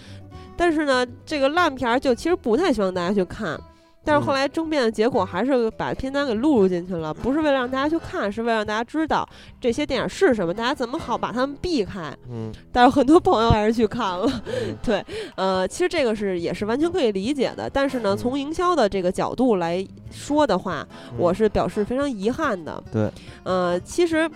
Speaker 1: 但是呢，这个烂片儿就其实不太希望大家去看。但是后
Speaker 2: 嗯
Speaker 1: 来争辩的结果还是把片单给录入进去了，不是为了让大家去看，是为了让大家知道这些电影是什么，大家怎么好把它们避开。
Speaker 2: 嗯，
Speaker 1: 但是很多朋友还是去看了，
Speaker 2: 嗯
Speaker 1: 对，呃，其实这个是也是完全可以理解的。但是呢，
Speaker 2: 嗯
Speaker 1: 从营销的这个角度来说的话，我
Speaker 2: 嗯
Speaker 1: 是表示非常遗憾的。
Speaker 2: 对，
Speaker 1: 呃，其实。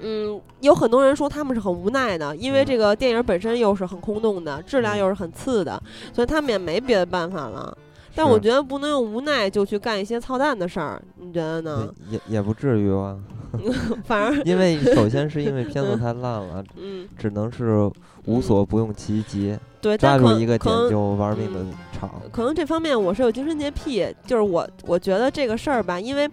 Speaker 1: 嗯，有很多人说他们是很无奈的，因为
Speaker 2: 嗯
Speaker 1: 这个电影本身又是很空洞的，质量又是很次的，所以他们也没别的办法了。但
Speaker 2: 是
Speaker 1: 我觉得不能用无奈就去干一些操蛋的事儿，你觉得呢？
Speaker 2: 也也不至于吧，
Speaker 1: 反而，
Speaker 2: 因为首先是因为片子
Speaker 1: 嗯
Speaker 2: 太烂了，
Speaker 1: 嗯，
Speaker 2: 只能是无所不用其极，
Speaker 1: 对，
Speaker 2: 抓
Speaker 1: 但可
Speaker 2: 住一个
Speaker 1: 可
Speaker 2: 点
Speaker 1: 能嗯
Speaker 2: 就玩命的炒。
Speaker 1: 可能这方面我是有精神洁癖，就是我我觉得这个事儿吧，因为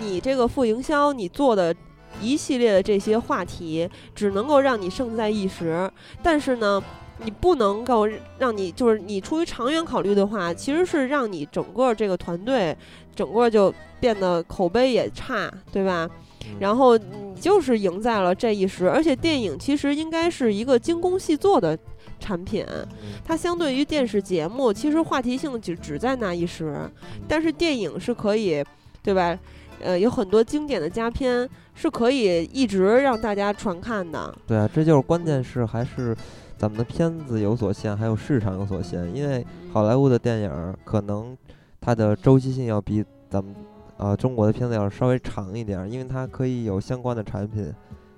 Speaker 1: 你这个副营销你做的一系列的这些话题，只能够让你胜在一时，但是呢。你不能够让你就是你出于长远考虑的话，其实是让你整个这个团队，整个就变得口碑也差，对吧？
Speaker 2: 嗯
Speaker 1: 然后你就是赢在了这一时，而且电影其实应该是一个精工细作的产品，
Speaker 2: 嗯
Speaker 1: 它相对于电视节目，其实话题性只只在那一时，但是电影是可以，对吧？呃，有很多经典的佳片是可以一直让大家传看的。
Speaker 2: 对啊，这就是关键是还是咱们的片子有所限，还有市场有所限。因为好莱坞的电影儿可能它的周期性要比咱们呃中国的片子要稍微长一点儿，因为它可以有相关的产品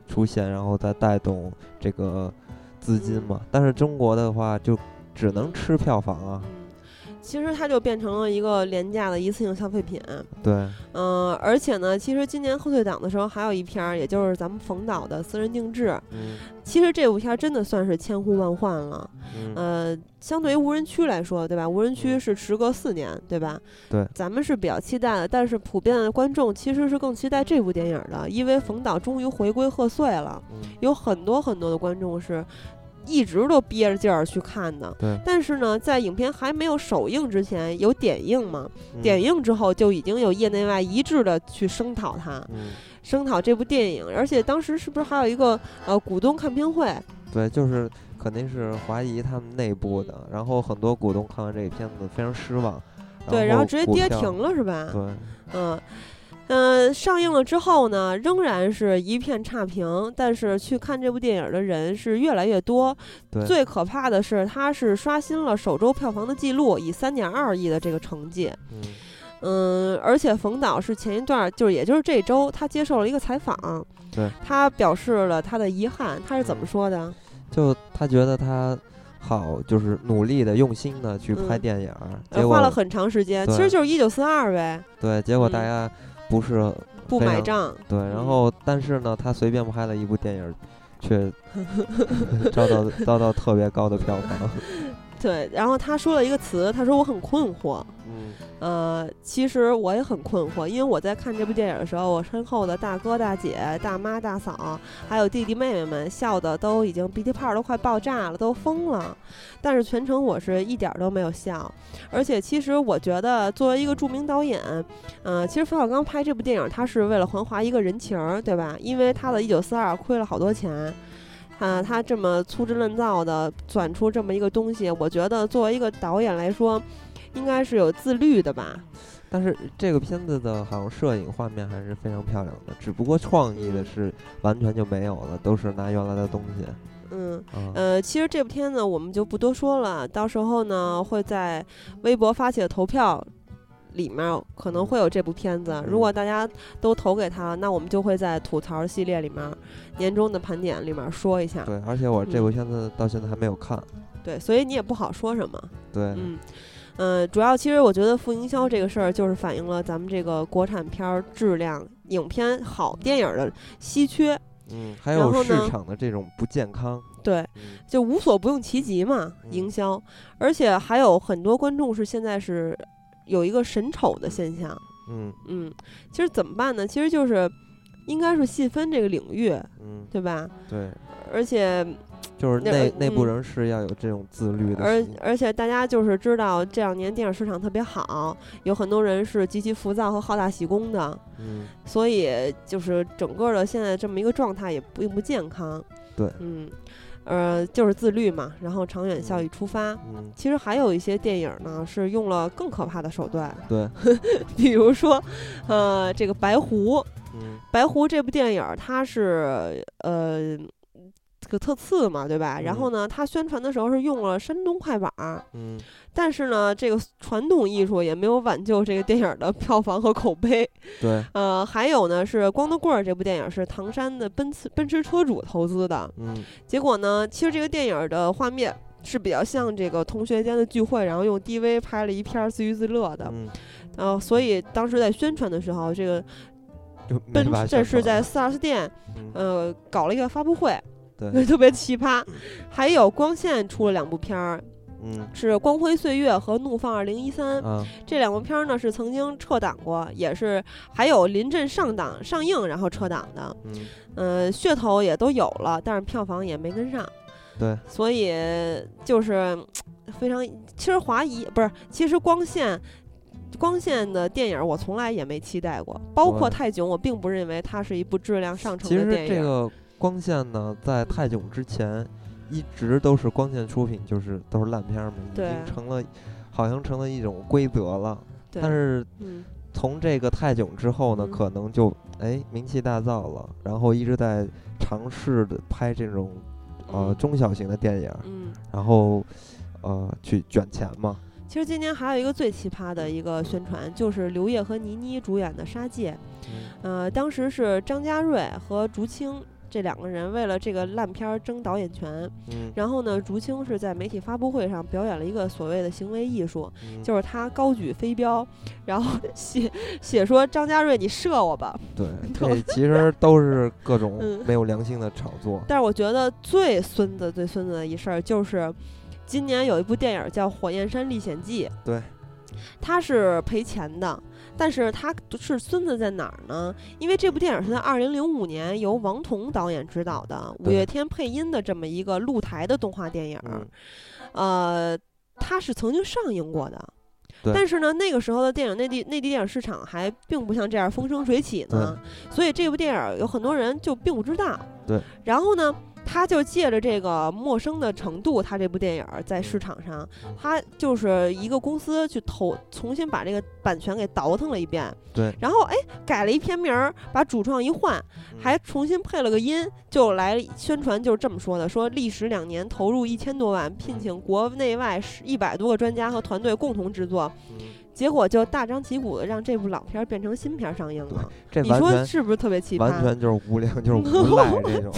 Speaker 2: 出现，然后再带动这个资金嘛。但是中国的话就只能吃票房啊，
Speaker 1: 其实它就变成了一个廉价的一次性消费品。
Speaker 2: 对，
Speaker 1: 嗯、而且呢，其实今年贺岁档的时候还有一片儿，也就是咱们冯导的《私人定制》。
Speaker 2: 嗯
Speaker 1: 其实这部片儿真的算是千呼万唤了。
Speaker 2: 嗯，
Speaker 1: 呃，相对于无人区来说，对吧？无人区
Speaker 2: 嗯
Speaker 1: 是时隔四年，对吧？
Speaker 2: 对
Speaker 1: 咱们是比较期待的，但是普遍的观众其实是更期待这部电影的，因为冯导终于回归贺岁了，
Speaker 2: 嗯
Speaker 1: 有很多很多的观众是一直都憋着劲儿去看的。
Speaker 2: 对，
Speaker 1: 但是呢，在影片还没有首映之前，有点映嘛？
Speaker 2: 嗯
Speaker 1: 点映之后，就已经有业内外一致的去声讨它，
Speaker 2: 嗯，
Speaker 1: 声讨这部电影。而且当时是不是还有一个呃股东看片会？
Speaker 2: 对，就是肯定是华谊他们内部的，然后很多股东看完这个片子非常失望，
Speaker 1: 对，然后直接
Speaker 2: 股
Speaker 1: 跌
Speaker 2: 票
Speaker 1: 停了是吧？
Speaker 2: 对，
Speaker 1: 嗯，呃，上映了之后呢，仍然是一片差评，但是去看这部电影的人是越来越多。
Speaker 2: 对
Speaker 1: 最可怕的是，它是刷新了首周票房的记录，以三点二亿的这个成绩。
Speaker 2: 嗯
Speaker 1: 嗯，而且冯导是前一段儿，就是也就是这周，他接受了一个采访，
Speaker 2: 对，
Speaker 1: 他表示了他的遗憾，他是怎么
Speaker 2: 嗯
Speaker 1: 说的？
Speaker 2: 就他觉得他好，就是努力的、用心的去拍
Speaker 1: 嗯
Speaker 2: 电影儿，
Speaker 1: 呃
Speaker 2: 结果
Speaker 1: 花了很长时间，其实
Speaker 2: 对
Speaker 1: 就是一九四二呗，
Speaker 2: 对，结果
Speaker 1: 嗯
Speaker 2: 大家不是、
Speaker 1: 不
Speaker 2: 非
Speaker 1: 买
Speaker 2: 常
Speaker 1: 账。
Speaker 2: 对，然后但是呢，他随便拍了一部电影儿，却 遭到遭到特别高的票房，
Speaker 1: 对，然后他说了一个词，他说我很困惑。
Speaker 2: 嗯
Speaker 1: 呃，其实我也很困惑，因为我在看这部电影的时候，我身后的大哥、大姐、大妈、大嫂，还有弟弟妹妹们，笑的都已经鼻涕泡儿都快爆炸了，都疯了。但是全程我是一点儿都没有笑，而且其实我觉得，作为一个著名导演，呃，其实冯小刚拍这部电影，他是为了还华一个人情儿，对吧？因为他的《一九四二》亏了好多钱。啊，他这么粗制滥造的转出这么一个东西，我觉得作为一个导演来说，应该是有自律的吧？
Speaker 2: 但是这个片子的好像摄影画面还是非常漂亮的，只不过创意的是完全就没有了，都是拿原来的东西。
Speaker 1: 嗯，
Speaker 2: 啊、
Speaker 1: 呃，其实这部片呢，我们就不多说了，到时候呢会在微博发起的投票。里面可能会有这部片子，如果大家都投给他了，那我们就会在吐槽系列里面、年终的盘点里面说一下。
Speaker 2: 对，而且我
Speaker 1: 嗯
Speaker 2: 这部片子到现在还没有看。
Speaker 1: 对，所以你也不好说什么。
Speaker 2: 对，
Speaker 1: 嗯，呃，主要其实我觉得负营销这个事儿，就是反映了咱们这个国产片儿质量、影片好电影儿的稀缺。
Speaker 2: 嗯，还
Speaker 1: 然
Speaker 2: 有
Speaker 1: 后
Speaker 2: 市
Speaker 1: 呢
Speaker 2: 场的这种不健康。
Speaker 1: 对，
Speaker 2: 嗯
Speaker 1: 就无所不用其极嘛，
Speaker 2: 嗯
Speaker 1: 营销。而且还有很多观众是现在是有一个审丑的现象。
Speaker 2: 嗯
Speaker 1: 嗯，其实怎么办呢？其实就是应该是细分这个领域，
Speaker 2: 嗯，
Speaker 1: 对吧？
Speaker 2: 对，
Speaker 1: 而且
Speaker 2: 就是
Speaker 1: 那
Speaker 2: 内
Speaker 1: 呃
Speaker 2: 内部
Speaker 1: 嗯
Speaker 2: 人士要有这种自律的
Speaker 1: 而
Speaker 2: 心。
Speaker 1: 而且大家就是知道这两年电影市场特别好，有很多人是极其浮躁和好大喜功的，
Speaker 2: 嗯，
Speaker 1: 所以就是整个的现在这么一个状态也并不健康。
Speaker 2: 对，
Speaker 1: 嗯，呃，就是自律嘛，然后长远效益出发。
Speaker 2: 嗯，
Speaker 1: 其实还有一些电影呢，是用了更可怕的手段，
Speaker 2: 对，
Speaker 1: 比如说，呃，这个《白狐》，
Speaker 2: 嗯
Speaker 1: 《白狐》这部电影儿，它是呃这个特次嘛，对吧？然后呢，它宣传的时候是用了山东快板儿，
Speaker 2: 嗯，
Speaker 1: 但是呢，这个传统艺术也没有挽救这个电影儿的 票房和口碑。
Speaker 2: 对，
Speaker 1: 呃，还有呢是《光头棍儿》这部电影儿是唐山的奔驰奔驰车主投资的，
Speaker 2: 嗯
Speaker 1: 结果呢，其实这个电影儿的画面。是比较像这个同学间的聚会，然后用 DV 拍了一片儿自娱自乐的，
Speaker 2: 嗯，
Speaker 1: 呃，所以当时在宣传的时候，这个
Speaker 2: 就
Speaker 1: 奔
Speaker 2: 没法
Speaker 1: 这
Speaker 2: 宣
Speaker 1: 是在
Speaker 2: 传了，
Speaker 1: 4 S 店
Speaker 2: 嗯，
Speaker 1: 呃，搞了一个发布会，
Speaker 2: 对，
Speaker 1: 特别奇葩。还有光线出了两部片儿，
Speaker 2: 嗯
Speaker 1: 是《光辉岁月》和《怒放二零一三》
Speaker 2: 啊，
Speaker 1: 这两部片儿呢是曾经撤档过，也是还有临阵上档上映然后撤档的，
Speaker 2: 嗯，
Speaker 1: 呃，噱头也都有了，但是票房也没跟上，
Speaker 2: 对，
Speaker 1: 所以就是嗯非常，其实华谊不是，其实光线。光线的电影我从来也没期待过，包括
Speaker 2: 我
Speaker 1: 《泰囧》，我并不认为它是一部质量上乘
Speaker 2: 哦其
Speaker 1: 的
Speaker 2: 实
Speaker 1: 电影。
Speaker 2: 这个光线呢，在泰囧之前一直都是光线出品，就是都是烂片儿嘛，已
Speaker 1: 对啊
Speaker 2: 经成了好像成了一种规则了。
Speaker 1: 对，
Speaker 2: 但是
Speaker 1: 嗯，
Speaker 2: 从这个泰囧之后呢，
Speaker 1: 嗯
Speaker 2: 可能就哎名气大噪了，然后一直在尝试的拍这种呃
Speaker 1: 嗯
Speaker 2: 中小型的电影，
Speaker 1: 嗯，
Speaker 2: 然后呃去卷钱嘛。
Speaker 1: 其实今年还有一个最奇葩的一个宣传，就是刘烨和倪妮主演的《杀戒》。呃，当时是张家瑞和竹青这两个人为了这个烂片儿争导演权。
Speaker 2: 嗯，
Speaker 1: 然后呢，竹青是在媒体发布会上表演了一个所谓的行为艺术，
Speaker 2: 嗯
Speaker 1: 就是他高举飞镖，然后 写写说张家瑞你射我吧。
Speaker 2: 对，这其实都是各种
Speaker 1: 嗯
Speaker 2: 没有良心的炒作。
Speaker 1: 但是我觉得最孙子最孙子的一事儿就是，今年有一部电影叫《火焰山历险记》，
Speaker 2: 对，
Speaker 1: 它是赔钱的，但是它是孙子在哪儿呢？因为这部电影是在二零零五年由王彤导演执导的，五
Speaker 2: 对
Speaker 1: 月天配音的这么一个露台的动画电影，
Speaker 2: 嗯
Speaker 1: 呃，它是曾经上映过的。
Speaker 2: 对
Speaker 1: 但是呢，那个时候的电影内地内地电影市场还并不像这样风生水起呢，所以这部电影有很多人就并不知道。
Speaker 2: 对，
Speaker 1: 然后呢，他就借着这个陌生的程度，他这部电影儿在市场上
Speaker 2: 嗯，
Speaker 1: 他就是一个公司去投，重新把这个版权给倒腾了一遍。
Speaker 2: 对
Speaker 1: 然后哎，改了一篇名儿，把主创一换，
Speaker 2: 嗯
Speaker 1: 还重新配了个音，就来宣传，就是这么说的：说历时两年，投入一千多万，聘请国内外一百多个专家和团队共同制作，
Speaker 2: 嗯
Speaker 1: 结果就大张旗鼓的让这部老片儿变成新片儿上映了。
Speaker 2: 这
Speaker 1: 你
Speaker 2: 完
Speaker 1: 说
Speaker 2: 全
Speaker 1: 是不是特别奇葩？
Speaker 2: 完全就是无 良，就是无赖这种。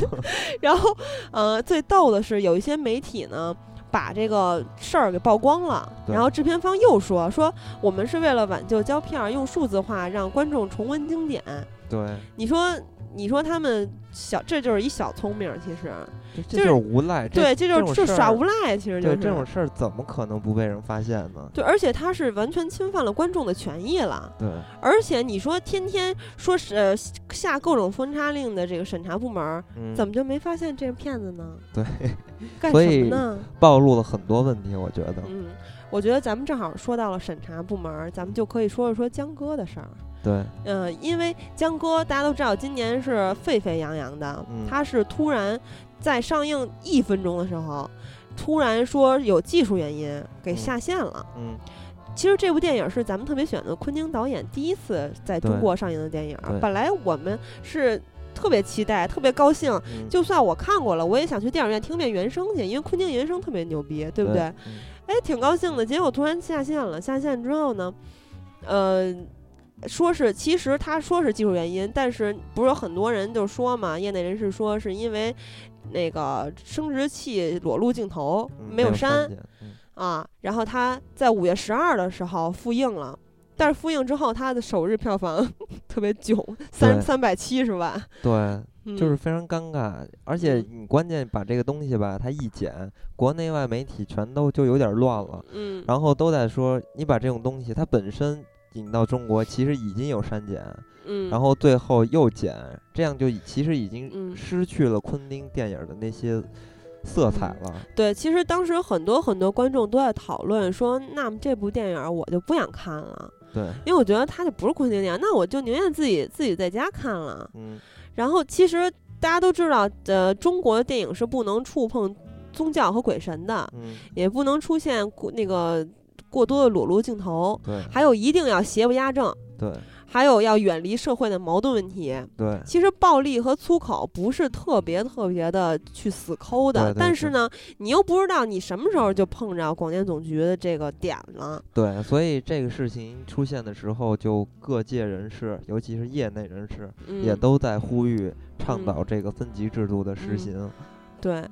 Speaker 1: 然后，呃，最逗的是，有一些媒体呢，把这个事儿给曝光了。
Speaker 2: 对
Speaker 1: 然后制片方又说，说我们是为了挽救胶片儿，用数字化让观众重温经典。
Speaker 2: 对，
Speaker 1: 你说，你说他们小，这就是一小聪明儿，其实
Speaker 2: 这
Speaker 1: 就
Speaker 2: 这就
Speaker 1: 是
Speaker 2: 是无赖。这
Speaker 1: 对，
Speaker 2: 这
Speaker 1: 这就是
Speaker 2: 种
Speaker 1: 就
Speaker 2: 事
Speaker 1: 耍
Speaker 2: 儿
Speaker 1: 无赖，其实就
Speaker 2: 对
Speaker 1: 是
Speaker 2: 这种事儿怎么可能不被人发现呢？
Speaker 1: 对，而且他是完全侵犯了观众的权益了。
Speaker 2: 对，
Speaker 1: 而且你说天天说是呃下各种封杀令的这个审查部门儿，
Speaker 2: 嗯，
Speaker 1: 怎么就没发现这个骗子呢？
Speaker 2: 对，
Speaker 1: 干
Speaker 2: 所
Speaker 1: 什么
Speaker 2: 以
Speaker 1: 呢？
Speaker 2: 暴露了很多问题？我觉得，
Speaker 1: 嗯，我觉得咱们正好说到了审查部门儿，咱们就可以说一说江歌的事儿。
Speaker 2: 对，
Speaker 1: 嗯、因为江歌大家都知道，今年是沸沸扬扬的，
Speaker 2: 嗯
Speaker 1: 他是突然在上映一分钟的时候，突然说有技术原因给
Speaker 2: 嗯
Speaker 1: 下线了。
Speaker 2: 嗯，
Speaker 1: 其实这部电影是咱们特别选的昆汀导演第一次在中
Speaker 2: 对
Speaker 1: 国上映的电影儿
Speaker 2: 对。
Speaker 1: 本来我们是特别期待、特别高兴，
Speaker 2: 嗯
Speaker 1: 就算我看过了，我也想去电影院听遍原声去，因为昆汀原声特别牛逼，对不对？？
Speaker 2: 嗯
Speaker 1: 哎，挺高兴的。结果突然下线了，下线之后呢，呃，说是其实他说是技术原因，但是不是有很多人就说嘛，业内人士说是因为那个生殖器裸露镜头
Speaker 2: 嗯
Speaker 1: 没有删
Speaker 2: 删减，嗯
Speaker 1: 啊，然后他在五月十二的时候复映了。但是复映之后，它的首日票房 特别囧，三
Speaker 2: 对
Speaker 1: 三百七十万，
Speaker 2: 对，
Speaker 1: 嗯、
Speaker 2: 就是非常尴尬，而且
Speaker 1: 嗯
Speaker 2: 你关键把这个东西吧，它一剪，国内外媒体全都就有点乱了，
Speaker 1: 嗯，
Speaker 2: 然后都在说你把这种东西它本身引到中国，其实已经有删减，
Speaker 1: 嗯，
Speaker 2: 然后最后又剪，这样就已其实已
Speaker 1: 嗯
Speaker 2: 经失去了昆汀电影的那些色彩
Speaker 1: 嗯
Speaker 2: 了。
Speaker 1: 对，其实当时很多很多观众都在讨论说，那么这部电影儿我就不想看了，
Speaker 2: 对，
Speaker 1: 因为我觉得它就不是昆汀电影，那我就宁愿自己自己在家看了。
Speaker 2: 嗯，
Speaker 1: 然后其实大家都知道，呃，中国的电影是不能触碰宗教和鬼神的，
Speaker 2: 嗯，
Speaker 1: 也不能出现过那个过多的裸露镜头，
Speaker 2: 对，
Speaker 1: 还有一定要邪不压正，
Speaker 2: 对，
Speaker 1: 还有要远离社会的矛盾问题。
Speaker 2: 对，
Speaker 1: 其实暴力和粗口不是特别特别的去死抠的，
Speaker 2: 对对
Speaker 1: 但
Speaker 2: 对
Speaker 1: 是呢，你又不知道你什么时候就碰着广电总局的这个点了。
Speaker 2: 对，所以这个事情出现的时候，就各界人士，尤其是业内人士，
Speaker 1: 嗯，
Speaker 2: 也都在呼吁倡
Speaker 1: 嗯
Speaker 2: 导这个分级制度的实
Speaker 1: 嗯
Speaker 2: 行。
Speaker 1: 对，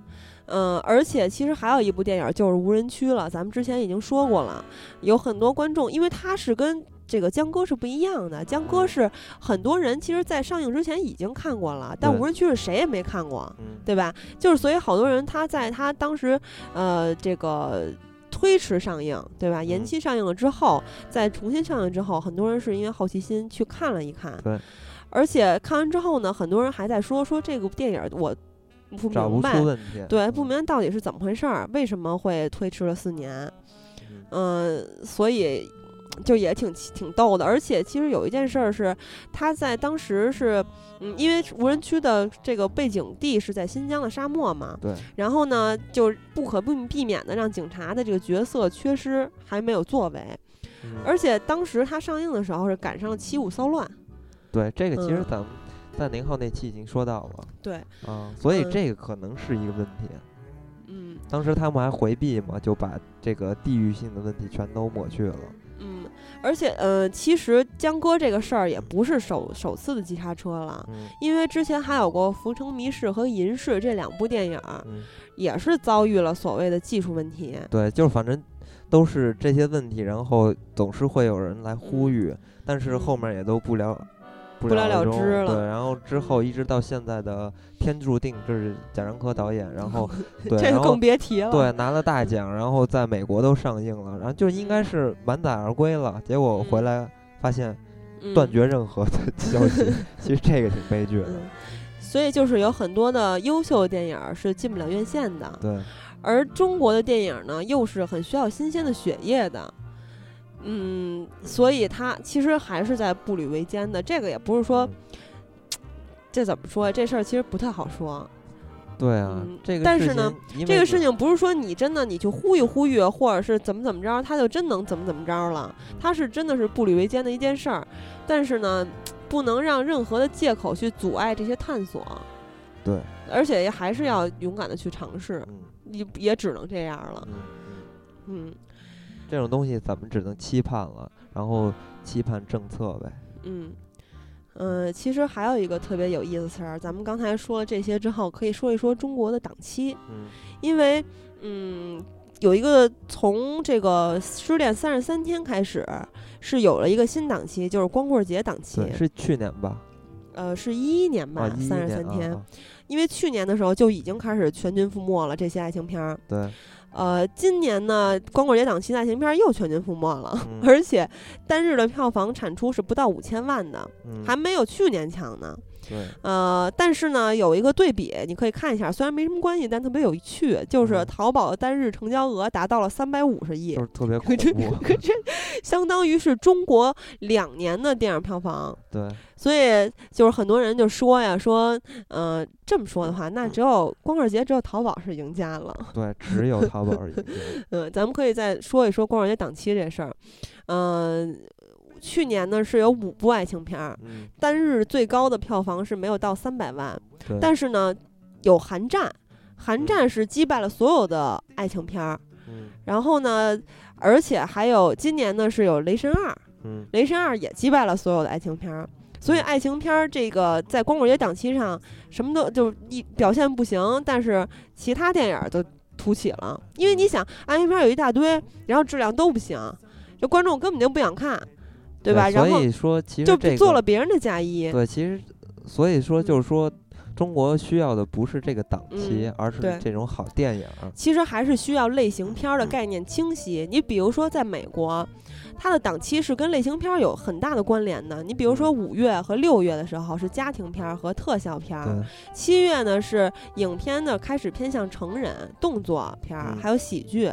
Speaker 1: 嗯、而且其实还有一部电影就是《无人区》了，咱们之前已经说过了，有很多观众，因为它是跟。这个江歌是不一样的，江
Speaker 2: 嗯
Speaker 1: 歌是很多人其实，在上映之前已经看过了，但
Speaker 2: 对
Speaker 1: 无人区是谁也没看过。
Speaker 2: 嗯，
Speaker 1: 对吧？就是所以好多人他在他当时呃这个推迟上映，对吧？延
Speaker 2: 嗯
Speaker 1: 期上映了之后，再重新上映之后，很多人是因为好奇心去看了一看。
Speaker 2: 对。
Speaker 1: 而且看完之后呢，很多人还在说说这个电影我不
Speaker 2: 找
Speaker 1: 明
Speaker 2: 不
Speaker 1: 白
Speaker 2: 出，问题。
Speaker 1: 对，不
Speaker 2: 嗯
Speaker 1: 明白到底是怎么回事儿，为什么会推迟了四年？
Speaker 2: 嗯
Speaker 1: 嗯、所以。就也挺奇挺逗的，而且其实有一件事儿是，他在当时是，嗯，因为无人区的这个背景地是在新疆的沙漠嘛，
Speaker 2: 对，
Speaker 1: 然后呢，就不可避避免的让警察的这个角色缺失，还没有作为，
Speaker 2: 嗯
Speaker 1: 而且当时它上映的时候是赶上了七五骚乱，
Speaker 2: 对这个其实
Speaker 1: 嗯
Speaker 2: 咱们在零号那期已经说到了
Speaker 1: 对，
Speaker 2: 啊，所以
Speaker 1: 嗯
Speaker 2: 这个可能是一个问题。
Speaker 1: 嗯
Speaker 2: 当时他们还回避嘛，就把这个地域性的问题全都抹去了。
Speaker 1: 嗯，而且呃，其实江歌这个事儿也不是首首次的急刹车了。
Speaker 2: 嗯
Speaker 1: 因为之前还有过《浮城谜事》和《银饰》这两部电影儿，
Speaker 2: 嗯，
Speaker 1: 也是遭遇了所谓的技术问题。
Speaker 2: 对，就是反正都是这些问题，然后总是会有人来呼吁，但是后面也都不了。不
Speaker 1: 嗯不了了
Speaker 2: 终
Speaker 1: 之了
Speaker 2: 对，然后之后一直到现在的天注定，这是贾樟柯导演， 然后对，
Speaker 1: 这
Speaker 2: 然
Speaker 1: 个
Speaker 2: 后
Speaker 1: 更别提了。
Speaker 2: 对，拿了大奖，然后在美国都上映了，然后就应该是满载而归了。结果回来发现
Speaker 1: 嗯
Speaker 2: 断绝任何的 消息，其实这个挺悲剧的
Speaker 1: 嗯。所以就是有很多的优秀的电影儿是进不了院线的，
Speaker 2: 对，
Speaker 1: 而中国的电影呢，又是很需要新鲜的血液的。嗯，所以它其实还是在步履维艰的。这个也不是说
Speaker 2: 嗯
Speaker 1: 这怎么说，这事儿其实不太好说。
Speaker 2: 对啊
Speaker 1: 嗯，
Speaker 2: 这个
Speaker 1: 但
Speaker 2: 事
Speaker 1: 是呢
Speaker 2: 情因为
Speaker 1: 这个
Speaker 2: 你
Speaker 1: 事情不是说你真的你去呼吁呼吁，或者是怎么怎么着，他就真能怎么怎么着了。他是真的是步履维艰的一件事儿，但是呢，不能让任何的借口去阻碍这些探索。
Speaker 2: 对，
Speaker 1: 而且还是要勇敢的去尝试，
Speaker 2: 嗯
Speaker 1: 也也只能这样了
Speaker 2: 嗯。嗯，
Speaker 1: 嗯
Speaker 2: 这种东西咱们只能期盼了，然后期盼政策呗。
Speaker 1: 嗯。呃，其实还有一个特别有意思的词儿，咱们刚才说了这些之后，可以说一说中国的档期，
Speaker 2: 嗯
Speaker 1: 因为，嗯，有一个从这个《失恋三十三天》开始，是有了一个新档期，就是光棍节档期
Speaker 2: 对，，是去年吧？
Speaker 1: 呃，是一一年吧
Speaker 2: 啊，，一一
Speaker 1: 三十
Speaker 2: 年
Speaker 1: 三天，
Speaker 2: 啊，啊
Speaker 1: 因为去年的时候就已经开始全军覆没了这些爱情片儿，
Speaker 2: 对，
Speaker 1: 呃，今年呢，光棍节档期的爱情片儿又全军覆没了，
Speaker 2: 嗯
Speaker 1: 而且单日的票房产出是不到五千万的，
Speaker 2: 嗯
Speaker 1: 还没有去年强呢。
Speaker 2: 对，
Speaker 1: 呃，但是呢，有一个对比，你可以看一下，虽然没什么关系，但特别有趣，就是
Speaker 2: 嗯
Speaker 1: 淘宝的单日成交额达到了三百五十亿
Speaker 2: 就。是特别恐
Speaker 1: 可这
Speaker 2: 怖。啊
Speaker 1: 可这相当于是中国两年的电影票房。
Speaker 2: 对，
Speaker 1: 所以就是很多人就说呀，说，呃，这么说的话，那只有光棍节只有淘宝是赢家了。
Speaker 2: 对，只有淘宝而已。对
Speaker 1: 嗯，咱们可以再说一说光棍节档期这事儿。嗯、去年呢是有五部爱情片儿，
Speaker 2: 嗯，
Speaker 1: 单日最高的票房是没有到三百万，
Speaker 2: 对，
Speaker 1: 但是呢有寒战，寒
Speaker 2: 嗯
Speaker 1: 战是击败了所有的爱情片儿。
Speaker 2: 嗯
Speaker 1: 然后呢，而且还有今年呢是有雷神二，
Speaker 2: 嗯
Speaker 1: 雷神二也击败了所有的爱情片儿。所以爱情片儿这个在光棍节档期上什么都就一表现不行，但是其他电影儿都突起了，因为你想爱情片儿有一大堆，然后质量都不行，就观众根本就不想看，对吧？然
Speaker 2: 所
Speaker 1: 后
Speaker 2: 以说，其实
Speaker 1: 就
Speaker 2: 这个
Speaker 1: 做了别人的嫁衣，
Speaker 2: 对，其实所以说就是说，中国需要的不是这个档期，
Speaker 1: 嗯
Speaker 2: 而是
Speaker 1: 对
Speaker 2: 这种好电影儿。
Speaker 1: 其实还是需要类型片儿
Speaker 2: 嗯
Speaker 1: 的概念清晰。你比如说，在美国，它的档期是跟类型片儿有很大的关联的。你比如
Speaker 2: 嗯
Speaker 1: 说五月和六月的时候是家庭片儿和特效片儿，
Speaker 2: 对，
Speaker 1: 七月呢是影片呢开始偏向成人动作片儿，
Speaker 2: 嗯
Speaker 1: 还有喜剧。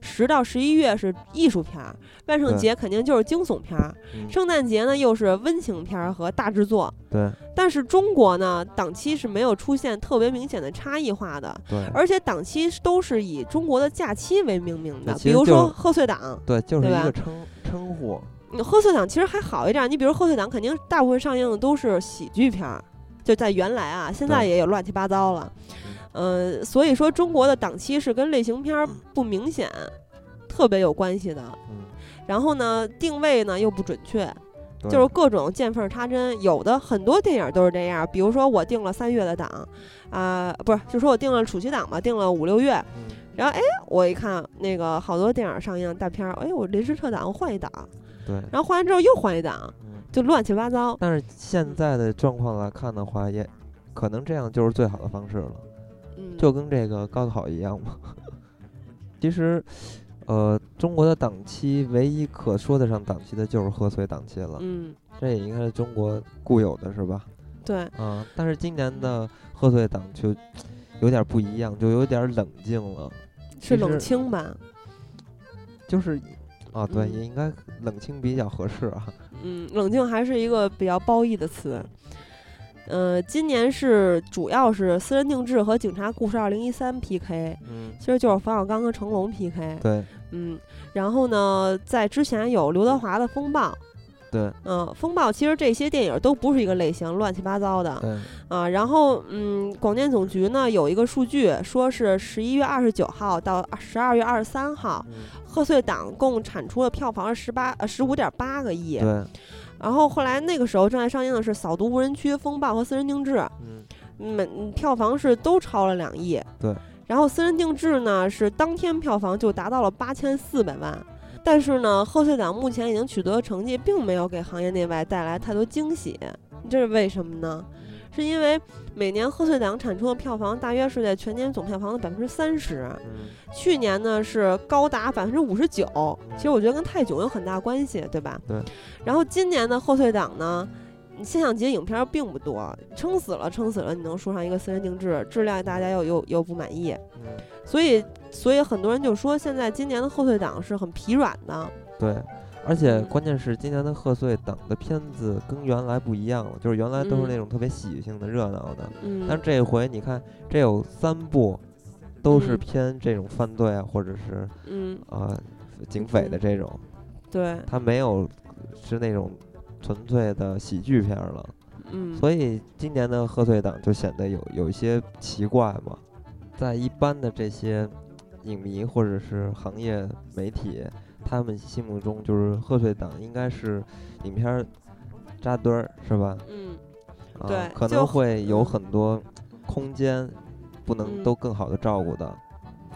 Speaker 1: 十到十一月是艺术片儿，万圣
Speaker 2: 对
Speaker 1: 节肯定就是惊悚片儿，
Speaker 2: 嗯
Speaker 1: 圣诞节呢又是温情片儿和大制作。
Speaker 2: 对
Speaker 1: 但是中国呢，档期是没有出现特别明显的差异化的，
Speaker 2: 对
Speaker 1: 而且档期是都是以中国的假期为命名的
Speaker 2: 对，其
Speaker 1: 比
Speaker 2: 实
Speaker 1: 如
Speaker 2: 就
Speaker 1: 说
Speaker 2: 是
Speaker 1: 贺岁档，
Speaker 2: 对，就是
Speaker 1: 对
Speaker 2: 一
Speaker 1: 吧
Speaker 2: 个称称呼。
Speaker 1: 嗯贺岁档其实还好一点儿。你比如贺岁档，肯定大部分上映的都是喜剧片儿，就在原来啊，现在
Speaker 2: 对嗯
Speaker 1: 也有乱七八糟了。呃，所以说中国的档期是跟类型片儿不明显，特别有关系的。
Speaker 2: 嗯，
Speaker 1: 然后呢，定位呢又不准确，
Speaker 2: 对
Speaker 1: 就是各种见缝插针。有的很多电影都是这样，比如说我定了三月的档，啊、不是，就说我定了暑期档嘛，定了五六月，
Speaker 2: 嗯
Speaker 1: 然后哎，我一看那个好多电影上映大片儿，哎，我临时撤档，我换一档，
Speaker 2: 嗯对。
Speaker 1: 然后换完之后又换一档，
Speaker 2: 嗯
Speaker 1: 就乱七八糟。
Speaker 2: 但是现在的状况来看的话，也可能这样就是最好的方式了，
Speaker 1: 嗯，
Speaker 2: 就跟这个高考一样嘛。 其实，呃，中国的档期唯一可说得上档期的就是贺岁档期了，
Speaker 1: 嗯，
Speaker 2: 这也应该是中国固有的是吧？
Speaker 1: 对，
Speaker 2: 啊，但是今年的贺岁档就有点不一样，就有点冷静了，
Speaker 1: 是
Speaker 2: 其
Speaker 1: 冷
Speaker 2: 实
Speaker 1: 清吧？
Speaker 2: 就是啊，对，
Speaker 1: 嗯
Speaker 2: 也应该冷清比较合适啊。
Speaker 1: 嗯，冷静还是一个比较褒义的词。呃，今年是主要是《私人定制》和《警察故事二零一三》PK，
Speaker 2: 嗯，
Speaker 1: 其实就是冯小刚和成龙 PK。
Speaker 2: 对
Speaker 1: 嗯，然后呢，在之前有刘德华的《风暴》，
Speaker 2: 对
Speaker 1: 嗯，《风暴》其实这些电影都不是一个类型，乱七八糟的。
Speaker 2: 对，
Speaker 1: 啊，然后嗯，广电总局呢有一个数据，说是十一月二十九号到十二月二十三号，
Speaker 2: 嗯
Speaker 1: 贺岁档共产出了票房是十八呃十五点八个亿。
Speaker 2: 对，
Speaker 1: 然后后来那个时候正在上映的是《扫毒无人区》《风暴》和《私人定制》，
Speaker 2: 嗯
Speaker 1: 每嗯票房是都超了两亿。
Speaker 2: 对。
Speaker 1: 然后《私人定制》呢是当天票房就达到了八千四百万。但是呢，贺岁档目前已经取得的成绩，并没有给行业内外带来太多惊喜，这是为什么呢？是因为每年贺岁档产出的票房大约是在全年总票房的百分之三十，
Speaker 2: 嗯
Speaker 1: 去年呢是高达百分之五十九，其实我觉得跟泰囧有很大关系，对吧？
Speaker 2: 对。
Speaker 1: 然后今年的贺岁档呢，现象级的影片并不多，撑死了撑死了，你能说上一个私人定制，质量大家又又又不满意，
Speaker 2: 嗯，
Speaker 1: 所以所以很多人就说现在今年的贺岁档是很疲软的，
Speaker 2: 对。而且
Speaker 1: 嗯
Speaker 2: 关键是今年的贺岁档的片子跟原来不一样了，就是原来都是那
Speaker 1: 嗯
Speaker 2: 种特别喜剧性的、热闹的，但
Speaker 1: 嗯
Speaker 2: 是这回你看，这有三部都是
Speaker 1: 嗯
Speaker 2: 偏这种犯罪啊，或者是
Speaker 1: 嗯，
Speaker 2: 啊警匪的
Speaker 1: 嗯
Speaker 2: 这种，
Speaker 1: 对，
Speaker 2: 它没有是那种纯粹的喜剧片儿了，
Speaker 1: 嗯，
Speaker 2: 所以今年的贺岁档就显得有有一些奇怪嘛，在一般的这些影迷或者是行业媒体，他们心目中就是贺岁档应该是影片儿扎堆儿是吧？
Speaker 1: 嗯。
Speaker 2: 啊、
Speaker 1: 对
Speaker 2: 可
Speaker 1: 就
Speaker 2: 能会有
Speaker 1: 嗯
Speaker 2: 很多空间不能
Speaker 1: 嗯
Speaker 2: 都更好的照顾到，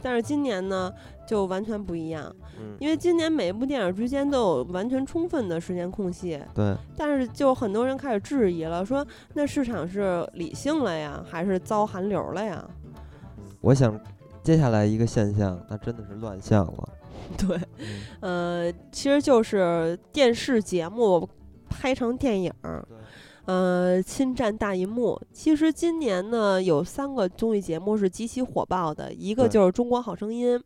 Speaker 1: 但是今年呢，就完全不一样。
Speaker 2: 嗯，
Speaker 1: 因为今年每一部电影之间都有完全充分的时间空隙，
Speaker 2: 对，
Speaker 1: 但是就很多人开始质疑了，说那市场是理性了呀，还是遭寒流了呀？
Speaker 2: 我想接下来一个现象，那真的是乱象了，
Speaker 1: 对，
Speaker 2: 嗯
Speaker 1: 呃，其实就是电视节目拍成电影儿，呃，侵占大银幕。其实今年呢，有三个综艺节目是极其火爆的，一个
Speaker 2: 对
Speaker 1: 就是《中国好声音》，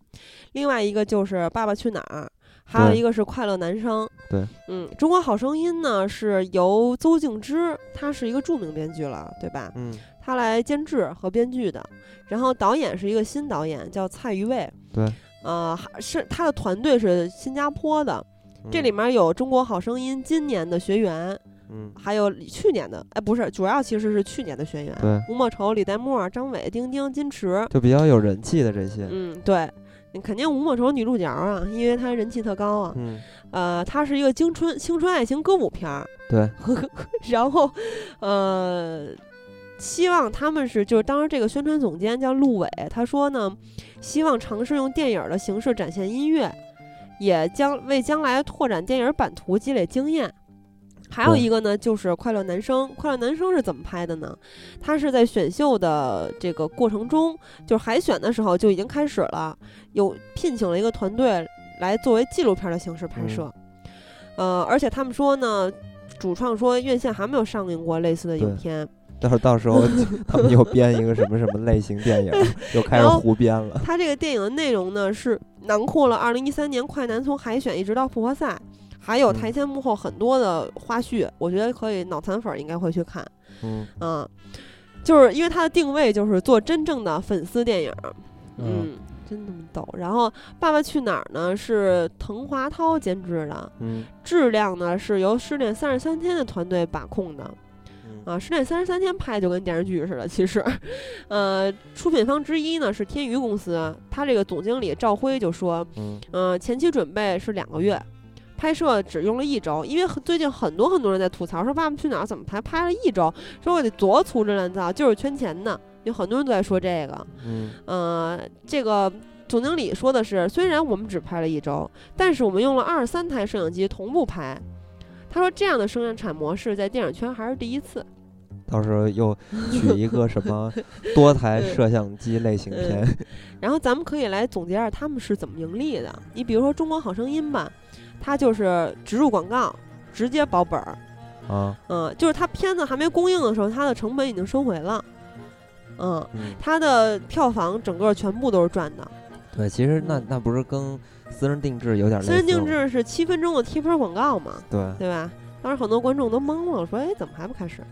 Speaker 1: 另外一个就是《爸爸去哪儿》。还有
Speaker 2: 对
Speaker 1: 一个是《快乐男声》。
Speaker 2: 对，
Speaker 1: 嗯，《中国好声音》呢是由邹静之，他是一个著名编剧了，对吧？
Speaker 2: 嗯，
Speaker 1: 他来监制和编剧的，然后导演是一个新导演，叫蔡榆卫。
Speaker 2: 对，
Speaker 1: 呃，还是他的团队是新加坡的，这里
Speaker 2: 嗯
Speaker 1: 面有《中国好声音》今年的学员，
Speaker 2: 嗯
Speaker 1: 还有去年的，哎，不是，主要其实是去年的学员，
Speaker 2: 对，
Speaker 1: 吴莫愁、李代沫、张伟、丁丁、金池，
Speaker 2: 就比较有人气的这些，
Speaker 1: 嗯，对，你肯定吴莫愁女主角啊，因为她人气特高啊。
Speaker 2: 嗯，
Speaker 1: 呃，它是一个青春青春爱情歌舞片儿，
Speaker 2: 对，
Speaker 1: 然后，呃，希望他们是就是当时这个宣传总监叫陆伟，他说呢，希望尝试用电影儿的形式展现音乐，也将为将来拓展电影版图积累经验。还有
Speaker 2: 对
Speaker 1: 一个呢，就是《快乐男生》。《快乐男生》是怎么拍的呢？他是在选秀的这个过程中，就是海选的时候就已经开始了，有聘请了一个团队来作为纪录片的形式拍摄。呃，而且他们说呢，主创说院线还没有上映过类似的影
Speaker 2: 对
Speaker 1: 片。
Speaker 2: 到时候到时 候他们又编一个什么什么类型电影儿，又开始
Speaker 1: 然后
Speaker 2: 胡编了，
Speaker 1: 它这个电影的内容呢，是囊括了2013年快男从海选一直到复活赛，还有
Speaker 2: 嗯
Speaker 1: 台前幕后很多的花絮，我觉得可以脑残粉儿应该会去看
Speaker 2: 嗯
Speaker 1: 啊、就是因为它的定位就是做真正的粉丝电影，嗯，真那么逗。然后《爸爸去哪儿》呢是滕华涛监制的，
Speaker 2: 嗯
Speaker 1: 质量呢是由《失恋三十三天》的团队把控的，
Speaker 2: 嗯
Speaker 1: 啊，《失恋三十三天》拍就跟电视剧似的，其实，呃，出品方之一呢是天娱公司，他这个总经理赵辉就说，
Speaker 2: 嗯
Speaker 1: 嗯、前期准备是两个月，拍摄只用了一周，因为很最近很多很多人在吐槽说《爸爸去哪儿》怎么才拍了一周，说我得多粗制滥造，就是圈钱呢，有很多人都在说这个，
Speaker 2: 嗯
Speaker 1: 呃，这个。总经理说的是，虽然我们只拍了一周，但是我们用了二十三台摄影机同步拍。他说，这样的生产模式在电影圈还是第一次。
Speaker 2: 到时候又取一个什么多 台摄像机类
Speaker 1: 嗯
Speaker 2: 型片，
Speaker 1: 然后咱们可以来总结一下他们是怎么盈利的。你比如说《中国好声音》吧，它就是植入广告，直接保本儿。
Speaker 2: 啊，
Speaker 1: 嗯，就是它片子还没公映的时候，它的成本已经收回了。嗯，
Speaker 2: 嗯，
Speaker 1: 它的票房整个全部都是赚的。
Speaker 2: 对，其实那那不是跟私人定制有点类似
Speaker 1: 私
Speaker 2: 吗？嗯
Speaker 1: 人定制是七分钟的贴片广告嘛，
Speaker 2: 对，
Speaker 1: 对吧？当时很多观众都懵了，说：“哎，怎么还不开始？”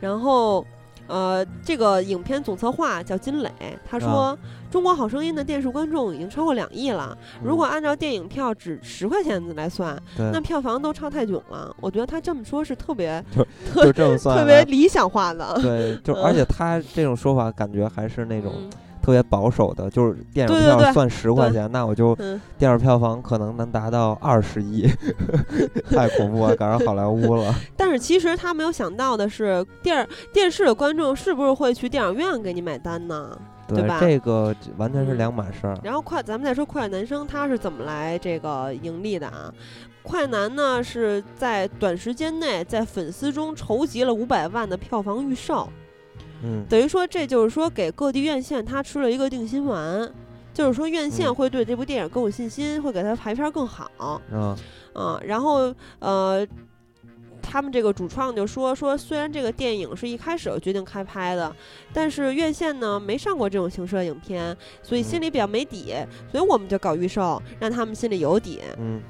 Speaker 1: 然后，呃，这个影片总策划叫金磊，他说：“中国好声音》的电视观众已经超过两亿了。”如果按照电影票只十块钱来算，
Speaker 2: 对
Speaker 1: 那票房都超太囧了。我觉得他这么说是特别
Speaker 2: 就这么算
Speaker 1: 特
Speaker 2: 来，
Speaker 1: 别理想化的。
Speaker 2: 对，就
Speaker 1: 嗯
Speaker 2: 而且他这种说法感觉还是那种
Speaker 1: 嗯
Speaker 2: 特别保守的，就是电影
Speaker 1: 对对对
Speaker 2: 票算十块钱，那我就
Speaker 1: 嗯，
Speaker 2: 电影票房可能能达到二十亿，太恐怖了，赶上好莱坞了。
Speaker 1: 但是其实他没有想到的是，电电视的观众是不是会去电影院给你买单呢？对吧
Speaker 2: 这个完全是
Speaker 1: 嗯
Speaker 2: 两码事儿。
Speaker 1: 然后快，咱们再说快乐男生他是怎么来这个盈利的啊？快男呢是在短时间内在粉丝中筹集了五百万的票房预售，
Speaker 2: 嗯，
Speaker 1: 等于说，这就是说给各地院线他吃了一个定心丸，就是说院线
Speaker 2: 嗯
Speaker 1: 会对这部电影更有信心，会给他排片更好
Speaker 2: 啊，
Speaker 1: 啊。然后呃，他们这个主创就说说，虽然这个电影是一开始就决定开拍的，但是院线呢没上过这种形式的影片，所以心
Speaker 2: 嗯
Speaker 1: 里比较没底，所以我们就搞预售，让他们心里有底。
Speaker 2: 嗯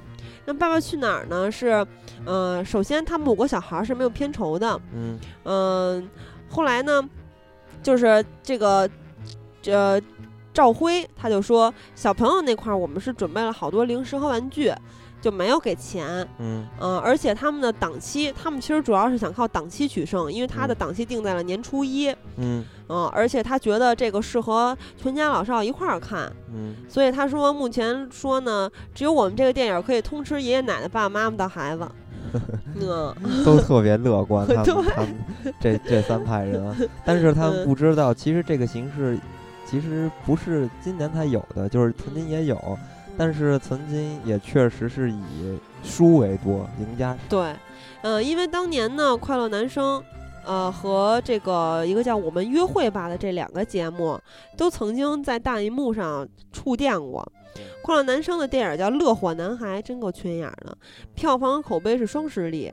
Speaker 1: 那《爸爸去哪儿》呢？是，呃，首先他们五个小孩儿是没有片酬的，
Speaker 2: 嗯
Speaker 1: 嗯，后来呢，就是这个，呃，赵辉他就说，小朋友那块儿我们是准备了好多零食和玩具，就没有给钱。
Speaker 2: 嗯
Speaker 1: 嗯、而且他们的档期，他们其实主要是想靠档期取胜，因为他的
Speaker 2: 嗯
Speaker 1: 档期定在了年初一。
Speaker 2: 嗯
Speaker 1: 嗯、而且他觉得这个适合全家老少一块儿看，
Speaker 2: 嗯，
Speaker 1: 所以他说目前说呢，只有我们这个电影可以通吃爷爷奶奶、爸爸妈妈当孩子。嗯，
Speaker 2: 都特别乐观，他
Speaker 1: 对
Speaker 2: 们他们这这三派人 啊，但是他们
Speaker 1: 嗯
Speaker 2: 不知道，其实这个形式其实不是今年才有的，就是曾经也有，但是曾经也确实是以输为多，赢家
Speaker 1: 对，呃，因为当年呢，《快乐男声》呃和这个一个叫《我们约会吧》的这两个节目，都曾经在大荧幕上触电过。《快乐男声》的电影叫《乐火男孩》，真够缺心眼儿的，票房和口碑是双十里。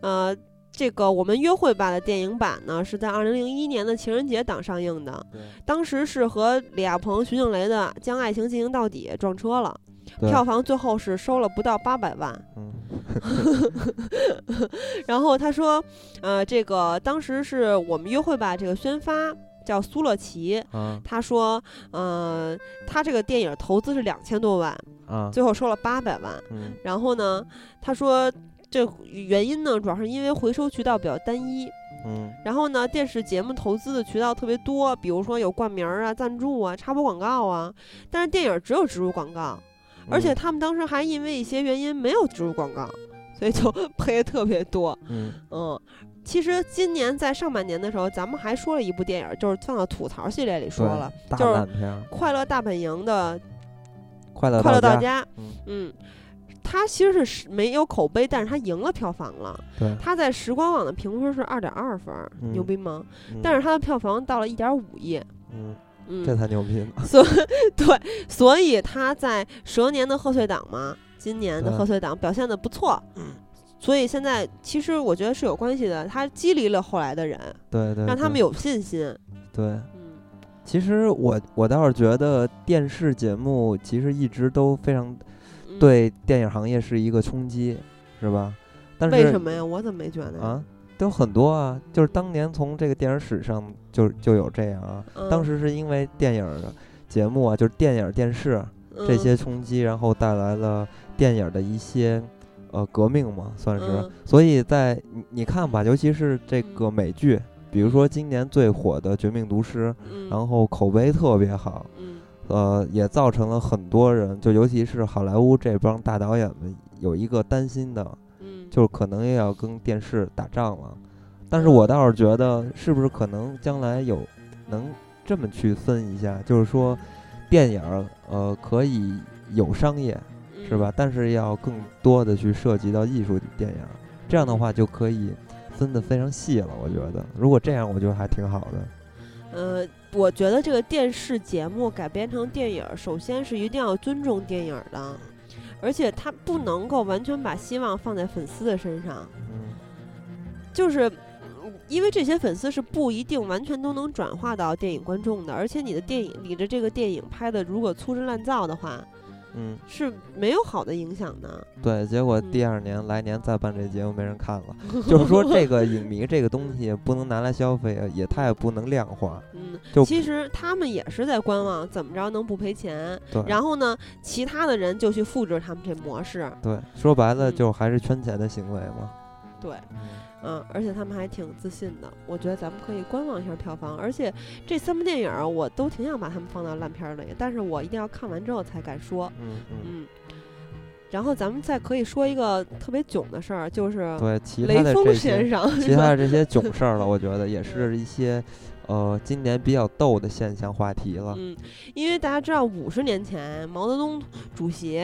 Speaker 1: 呃，这个《我们约会吧》的电影版呢，是在二零零一年的情人节档上映的，
Speaker 2: 对，
Speaker 1: 当时是和李亚鹏、徐静蕾的《将爱情进行到底》撞车了。
Speaker 2: 对
Speaker 1: 票房最后是收了不到八百万。
Speaker 2: 嗯
Speaker 1: 然后他说，呃，这个当时是我们约会吧，这个宣发叫苏乐琪，
Speaker 2: 啊
Speaker 1: 他说，呃，他这个电影投资是两千多万，
Speaker 2: 啊，
Speaker 1: 最后收了八百万。
Speaker 2: 嗯
Speaker 1: 然后呢，他说这原因呢，主要是因为回收渠道比较单一。
Speaker 2: 嗯
Speaker 1: 然后呢，电视节目投资的渠道特别多，比如说有冠名儿啊、赞助啊、插播广告啊，但是电影只有植入广告，
Speaker 2: 嗯
Speaker 1: 而且他们当时还因为一些原因没有植入广告，所以就 赔的特别多。
Speaker 2: 嗯
Speaker 1: 嗯，其实今年在上半年的时候，咱们还说了一部电影，就是放到吐槽系列里说
Speaker 2: 对
Speaker 1: 了，
Speaker 2: 大
Speaker 1: 就是
Speaker 2: 烂片儿
Speaker 1: 《快乐大本营》的
Speaker 2: 快乐
Speaker 1: 《快乐到
Speaker 2: 到，
Speaker 1: 家》
Speaker 2: 嗯。
Speaker 1: 嗯，它其实是没有口碑，但是它赢了票房了。
Speaker 2: 对，
Speaker 1: 它在时光网的评分是二点二分儿，
Speaker 2: 嗯
Speaker 1: 牛逼吗？但
Speaker 2: 是
Speaker 1: 是它的票房到了一点五亿。
Speaker 2: 嗯，这
Speaker 1: 嗯，
Speaker 2: 才牛逼呢。
Speaker 1: 所以对，所以它在蛇年的贺岁档嘛，今年的
Speaker 2: 对
Speaker 1: 贺岁档表现的不错。
Speaker 2: 嗯
Speaker 1: 所以现在其实我觉得是有关系的，它激励了后来的人，
Speaker 2: 对对，
Speaker 1: 让他们
Speaker 2: 有
Speaker 1: 有信心。
Speaker 2: 对。
Speaker 1: 嗯，
Speaker 2: 其实我我倒是觉得电视节目其实一直都非常
Speaker 1: 嗯，
Speaker 2: 对电影行业是一个冲击，是吧？但是
Speaker 1: 为什么呀？我怎么没觉得呀？
Speaker 2: 啊，都很多啊，就是当年从这个电影史上就就有这样啊。
Speaker 1: 嗯
Speaker 2: 当时是因为电影节目啊，就是电影电视这
Speaker 1: 嗯
Speaker 2: 些冲击，然后带来了电影的一些呃革命嘛，算是。
Speaker 1: 嗯
Speaker 2: 所以在你你看吧，尤其是这个
Speaker 1: 嗯
Speaker 2: 美剧，比如说今年最火的《绝命毒师》，
Speaker 1: 嗯
Speaker 2: 然后口碑特别好，
Speaker 1: 嗯
Speaker 2: 呃，也造成了很多人，就尤其是好莱坞这帮大导演们有一个担心的，
Speaker 1: 嗯，
Speaker 2: 就是可能也要跟电视打仗了。但是我倒是觉得，是不是可能将来有能这么去分一下，就是说，电影儿呃可以有商业是
Speaker 1: 嗯
Speaker 2: 吧？？但是要更多的去涉及到艺术电影儿，这
Speaker 1: 嗯
Speaker 2: 样的话就可以分得非常细了。我觉得，如果这样，我觉得还挺好的。
Speaker 1: 呃，我觉得这个电视节目改编成电影儿，首先是一定要尊重电影儿的，而且它不能够完全把希望放在粉丝的身上，
Speaker 2: 嗯
Speaker 1: 就是。嗯因为这些粉丝是不一定完全都能转化到电影观众的，而且你的电影，你的这个电影拍的如果粗制滥造的话，
Speaker 2: 嗯，
Speaker 1: 是没有好的影响的。
Speaker 2: 对，结果
Speaker 1: 嗯
Speaker 2: 第二年、来年再办这节目没人看 了，就是说这个影迷这个东西不能拿来消费，也太不能量化。
Speaker 1: 嗯
Speaker 2: 就，
Speaker 1: 其实他们也是在观望，怎么着能不赔钱？
Speaker 2: 对，
Speaker 1: 然后呢，其他的人就去复制他们这模式。
Speaker 2: 对，说白了
Speaker 1: 嗯
Speaker 2: 就还是圈钱的行为嘛。
Speaker 1: 对，
Speaker 2: 嗯
Speaker 1: 嗯，而且他们还挺自信的，我觉得咱们可以观望一下票房。而且这三部电影儿我都挺想把它们放到烂片儿里，但是我一定要看完之后才敢说。
Speaker 2: 嗯嗯，
Speaker 1: 嗯，然后咱们再可以说一个特别囧的事儿，就是
Speaker 2: 对，其他
Speaker 1: 嗯雷
Speaker 2: 的
Speaker 1: 锋
Speaker 2: 这
Speaker 1: 先
Speaker 2: 些，
Speaker 1: 生。
Speaker 2: 其他的这些 囧事儿了，我觉得也是一些，呃，今年比较逗的现象话题了。
Speaker 1: 嗯，因为大家知道，五十年前毛泽东主席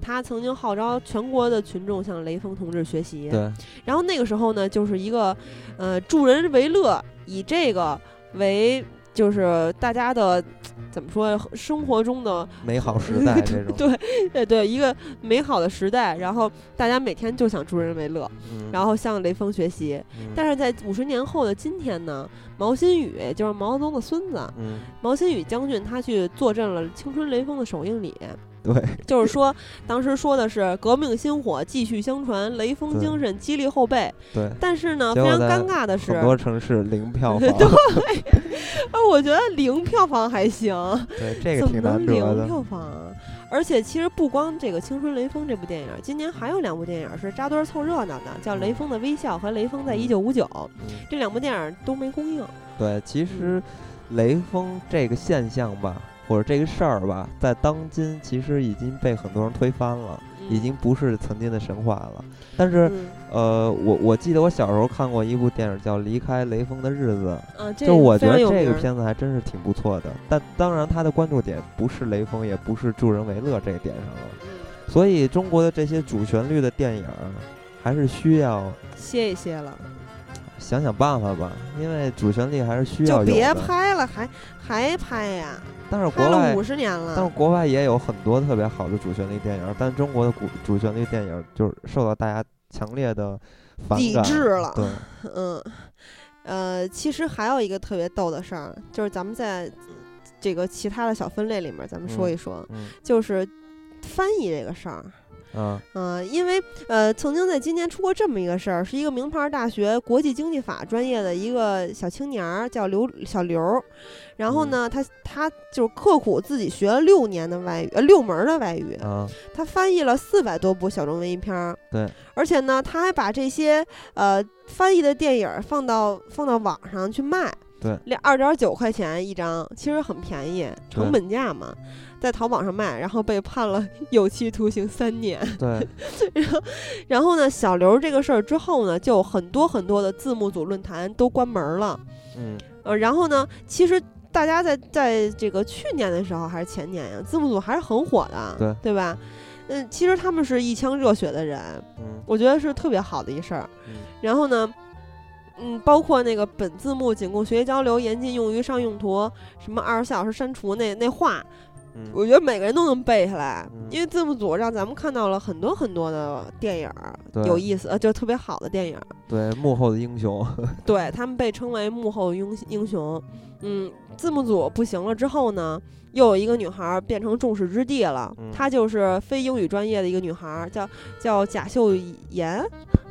Speaker 1: 他曾经号召全国的群众向雷锋同志学习。
Speaker 2: 对，
Speaker 1: 然后那个时候呢，就是一个，呃，助人为乐，以这个为就是大家的怎么说生活中的
Speaker 2: 美好时代这种，
Speaker 1: 对 对呃对一个美好的时代。然后大家每天就想助人为乐，
Speaker 2: 嗯，
Speaker 1: 然后向雷锋学习。
Speaker 2: 嗯
Speaker 1: 但是在五十年后的今天呢，毛新宇就是毛泽东的孙子，
Speaker 2: 嗯，
Speaker 1: 毛新宇将军他去坐镇了《青春雷锋》的首映礼。
Speaker 2: 对，
Speaker 1: 就 是说，当时说的是革命薪火继续相传，雷锋
Speaker 2: 对
Speaker 1: 精神激励后辈。
Speaker 2: 对，
Speaker 1: 但是呢，
Speaker 2: 结
Speaker 1: 非
Speaker 2: 果
Speaker 1: 常
Speaker 2: 在
Speaker 1: 尴尬的是，
Speaker 2: 很多城市零票
Speaker 1: 对
Speaker 2: 房，
Speaker 1: 啊，我觉得零票房还行，
Speaker 2: 对，这个
Speaker 1: 怎么
Speaker 2: 挺难
Speaker 1: 能
Speaker 2: 得
Speaker 1: 零
Speaker 2: 的。
Speaker 1: 票房啊？而且其实不光这个《青春雷锋》这部电影，今年还有两部电影是扎堆儿凑热闹的，叫《雷锋的微笑》和《雷锋在一九五九》，
Speaker 2: 嗯
Speaker 1: 这两部电影都没公映。
Speaker 2: 对，
Speaker 1: 嗯
Speaker 2: 其实雷锋这个现象吧，或者这个事儿吧，在当今其实已经被很多人推翻了，已经不是曾经的神话了。但是，
Speaker 1: 嗯
Speaker 2: 呃，我我记得我小时候看过一部电影叫《离开雷锋的日子
Speaker 1: 啊，》，这
Speaker 2: 就我
Speaker 1: 非
Speaker 2: 觉
Speaker 1: 常
Speaker 2: 得
Speaker 1: 有
Speaker 2: 这
Speaker 1: 名
Speaker 2: 个
Speaker 1: 儿
Speaker 2: 片子还真是挺不错的。但当然，它的关注点不是雷锋，也不是助人为乐这一点上了。
Speaker 1: 嗯
Speaker 2: 所以，中国的这些主旋律的电影儿，还是需要
Speaker 1: 歇一歇了，
Speaker 2: 想想办法吧，因为主旋律还是需要
Speaker 1: 就
Speaker 2: 有
Speaker 1: 别
Speaker 2: 的。
Speaker 1: 拍了，还还拍呀？
Speaker 2: 但是
Speaker 1: 拍
Speaker 2: 国
Speaker 1: 了
Speaker 2: 外
Speaker 1: 五十年
Speaker 2: 但
Speaker 1: 了
Speaker 2: 是，国外也有很多特别好的主旋律电影儿，但中国的主主旋律电影儿就是受到大家强烈的反
Speaker 1: 抵
Speaker 2: 感。
Speaker 1: 制了。
Speaker 2: 对，
Speaker 1: 嗯，呃，其实还有一个特别逗的事儿，就是咱们在这个其他的小分类里面，咱们说
Speaker 2: 嗯
Speaker 1: 一说，
Speaker 2: 嗯
Speaker 1: 就是翻译这个事儿。
Speaker 2: 啊
Speaker 1: 嗯、因为呃，曾经在今年出过这么一个事儿，是一个名牌大学国际经济法专业的一个小青年儿，叫刘小刘儿。然
Speaker 2: 嗯
Speaker 1: 后呢，他他就是刻苦自己学了六年的外语，呃，六门儿的外语，
Speaker 2: 啊，
Speaker 1: 他翻译了四百多部小众文艺片儿。
Speaker 2: 对，
Speaker 1: 而且呢，他还把这些呃翻译的电影儿放到放到网上去卖。
Speaker 2: 对，
Speaker 1: 两二点九块钱一张，其实很便宜，成
Speaker 2: 对
Speaker 1: 本价嘛，在淘宝上卖，然后被判了有期徒刑三年。
Speaker 2: 对，
Speaker 1: 然后，然后呢，小刘这个事儿之后呢，就有很多很多的字幕组论坛都关门了。
Speaker 2: 嗯
Speaker 1: 呃，然后呢，其实大家在在这个去年的时候还是前年呀，字幕组还是很火的，
Speaker 2: 对
Speaker 1: 吧？嗯，其实他们是一腔热血的人，
Speaker 2: 嗯
Speaker 1: 我觉得是特别好的一事儿。
Speaker 2: 嗯
Speaker 1: 然后呢，嗯，包括那个本字幕仅供学习交流，严禁用于上用途，什么二十四小时删除那那话，
Speaker 2: 嗯
Speaker 1: 我觉得每个人都能背下来，
Speaker 2: 嗯
Speaker 1: 因为字幕组让咱们看到了很多很多的电影儿，
Speaker 2: 对
Speaker 1: 有意思，呃，就特别好的电影儿。
Speaker 2: 对，幕后的英雄，
Speaker 1: 对他们被称为幕后英英雄。嗯，字幕组不行了之后呢，又有一个女孩儿变成众矢之的了，
Speaker 2: 嗯
Speaker 1: 她就是非英语专业的一个女孩儿，叫叫贾秀妍，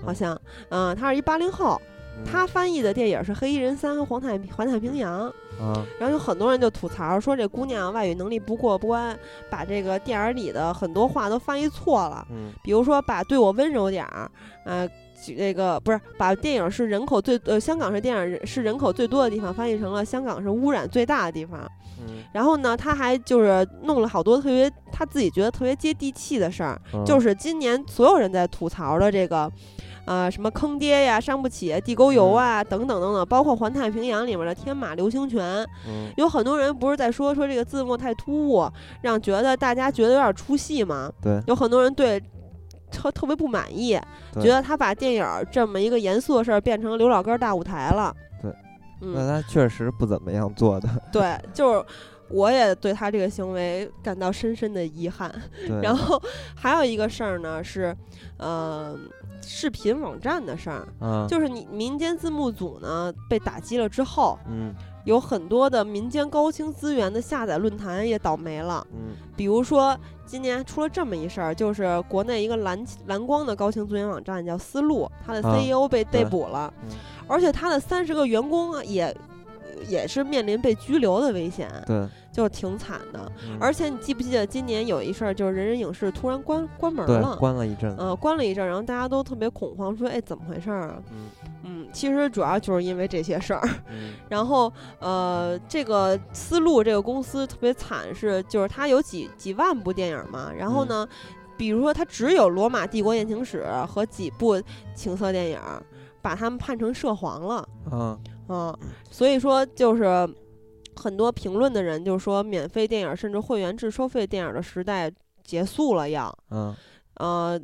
Speaker 1: 好像，嗯、她是一八零后，
Speaker 2: 嗯
Speaker 1: 她翻译的电影是《黑衣人三》和《环太环太平洋》。
Speaker 2: 啊
Speaker 1: 然后有很多人就吐槽说这姑娘外语能力不过关，把这个电影里的很多话都翻译错了，
Speaker 2: 嗯
Speaker 1: 比如说把“对我温柔点儿”，呃，举那个不是把电影是人口最呃香港是电影是人口最多的地方翻译成了香港是污染最大的地方。
Speaker 2: 嗯
Speaker 1: 然后呢，他还就是弄了好多特别他自己觉得特别接地气的事儿，
Speaker 2: 嗯
Speaker 1: 就是今年所有人在吐槽的这个，呃，什么坑爹呀、伤不起、地沟油啊、等等等等，包括《环太平洋》里面的天马流星拳，
Speaker 2: 嗯
Speaker 1: 有很多人不是在说说这个字幕太突兀，让觉得大家觉得有点出戏嘛。
Speaker 2: 对
Speaker 1: 有很多人对特特别不满意，
Speaker 2: 对
Speaker 1: 觉得他把电影儿这么一个严肃的事儿变成刘老根儿大舞台了。
Speaker 2: 对，
Speaker 1: 嗯，
Speaker 2: 那他确实不怎么样做的，
Speaker 1: 对，就是我也对他这个行为感到深深的遗憾。
Speaker 2: 对，
Speaker 1: 然后还有一个事儿呢是，呃，视频网站的事儿，
Speaker 2: 啊
Speaker 1: 就是你民间字幕组呢被打击了之后，
Speaker 2: 嗯
Speaker 1: 有很多的民间高清资源的下载论坛也倒霉了。
Speaker 2: 嗯
Speaker 1: 比如说，今年出了这么一事儿，就是国内一个蓝蓝光的高清资源网站叫思路，它的
Speaker 2: 啊
Speaker 1: CEO 被逮
Speaker 2: 对
Speaker 1: 捕了，
Speaker 2: 嗯
Speaker 1: 而且它的三十个员工啊也也是面临被拘留的危险，
Speaker 2: 对，
Speaker 1: 就挺惨的。
Speaker 2: 嗯
Speaker 1: 而且你记不记得今年有一事儿，就是人人影视突然关关门
Speaker 2: 对
Speaker 1: 了。
Speaker 2: 关了一阵子，
Speaker 1: 呃，关了一阵儿，然后大家都特别恐慌，说：“哎，怎么回事儿啊
Speaker 2: 嗯？”
Speaker 1: 嗯，其实主要就是因为这些事儿。
Speaker 2: 嗯
Speaker 1: 然后呃，这个思路这个公司特别惨，是就是它有几几万部电影嘛，然后
Speaker 2: 嗯
Speaker 1: 呢，比如说它只有《罗马帝国艳情史》和几部情色电影，把他们判成涉黄了，
Speaker 2: 啊
Speaker 1: 嗯，所以说就是。很多评论的人就说，免费电影甚至会员制收费电影的时代结束了，要，
Speaker 2: 嗯。
Speaker 1: 呃，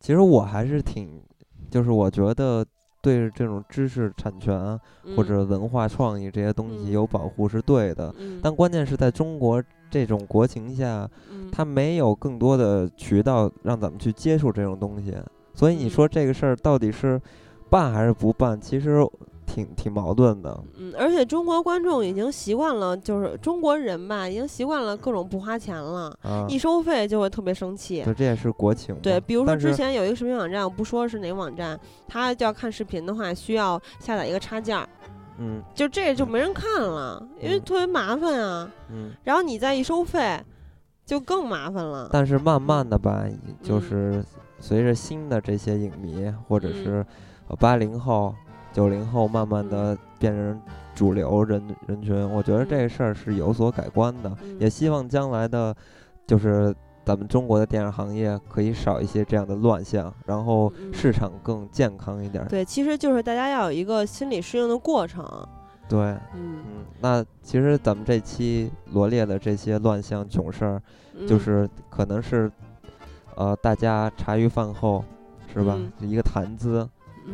Speaker 2: 其实我还是挺，就是我觉得对这种知识产权啊
Speaker 1: 嗯
Speaker 2: 或者文化创意这些东
Speaker 1: 嗯
Speaker 2: 西有保护是对的，
Speaker 1: 嗯，
Speaker 2: 但关键是在中国这种国情下，
Speaker 1: 嗯
Speaker 2: 它没有更多的渠道让咱们去接触这种东西，所以
Speaker 1: 嗯
Speaker 2: 你说这个事儿到底是办还是不办，其实挺挺矛盾的。
Speaker 1: 嗯，而且中国观众已经习惯了，就是中国人吧，已经习惯了各种不花钱了，
Speaker 2: 啊，
Speaker 1: 一收费就会特别生气。
Speaker 2: 对，这也是国情嘛。
Speaker 1: 嗯对，比如说
Speaker 2: 但
Speaker 1: 之
Speaker 2: 是
Speaker 1: 前有一个视频网站，我不说是哪个网站，它就要看视频的话，需要下载一个插件儿，
Speaker 2: 嗯
Speaker 1: 就这就没人看了，因为
Speaker 2: 嗯
Speaker 1: 特别麻烦啊。
Speaker 2: 嗯，
Speaker 1: 然后你再一收费，就更麻烦了。
Speaker 2: 但是慢慢的吧，就是随着新的这些影迷或者
Speaker 1: 嗯
Speaker 2: 是呃八零后、九零后，慢慢的变成主流人人群，我觉得
Speaker 1: 嗯
Speaker 2: 这个事儿是有所改观的，
Speaker 1: 嗯
Speaker 2: 也希望将来的，就是咱们中国的电影行业可以少一些这样的乱象，然后
Speaker 1: 嗯
Speaker 2: 市场更健康一点儿。
Speaker 1: 对，其实就是大家要有一个心理适应的过程。
Speaker 2: 对，
Speaker 1: 嗯，
Speaker 2: 嗯，那其实咱们这期罗列的这些乱象囧事儿，就
Speaker 1: 嗯
Speaker 2: 是可能是，呃，大家茶余饭后，是吧？
Speaker 1: 嗯
Speaker 2: 一个谈资。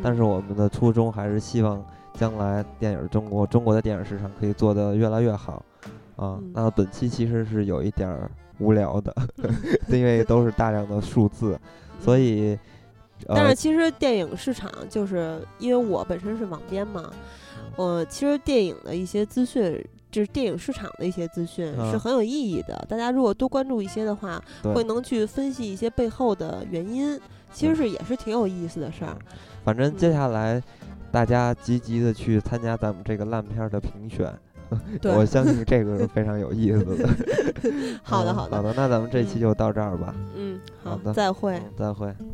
Speaker 2: 但
Speaker 1: 嗯
Speaker 2: 是我们的初衷还是希望将来电影中国中国的电影市场可以做得越来越好，啊，
Speaker 1: 嗯
Speaker 2: 那本期其实是有一点儿无聊的， 因为都是大量的数字，所以，
Speaker 1: 嗯但
Speaker 2: 呃
Speaker 1: 是，其实电影市场就是因为我本身是网编嘛，呃，其实电影的一些资讯就是电影市场的一些资讯
Speaker 2: 嗯
Speaker 1: 是很有意义的。大家如果多关注一些的话，
Speaker 2: 对
Speaker 1: 会能去分析一些背后的原因，其
Speaker 2: 嗯
Speaker 1: 实是也是挺有意思的事儿。
Speaker 2: 反正接
Speaker 1: 嗯
Speaker 2: 下来大家积极的去参加咱们这个烂片儿的评选，
Speaker 1: 对，
Speaker 2: 我相信这个是非常有意思的。
Speaker 1: 好
Speaker 2: 嗯
Speaker 1: 的 好
Speaker 2: 好
Speaker 1: 的，
Speaker 2: 的，那咱们这期
Speaker 1: 嗯
Speaker 2: 就到这儿吧。
Speaker 1: 嗯，
Speaker 2: 好的
Speaker 1: 再会。
Speaker 2: 嗯，再会。
Speaker 1: 嗯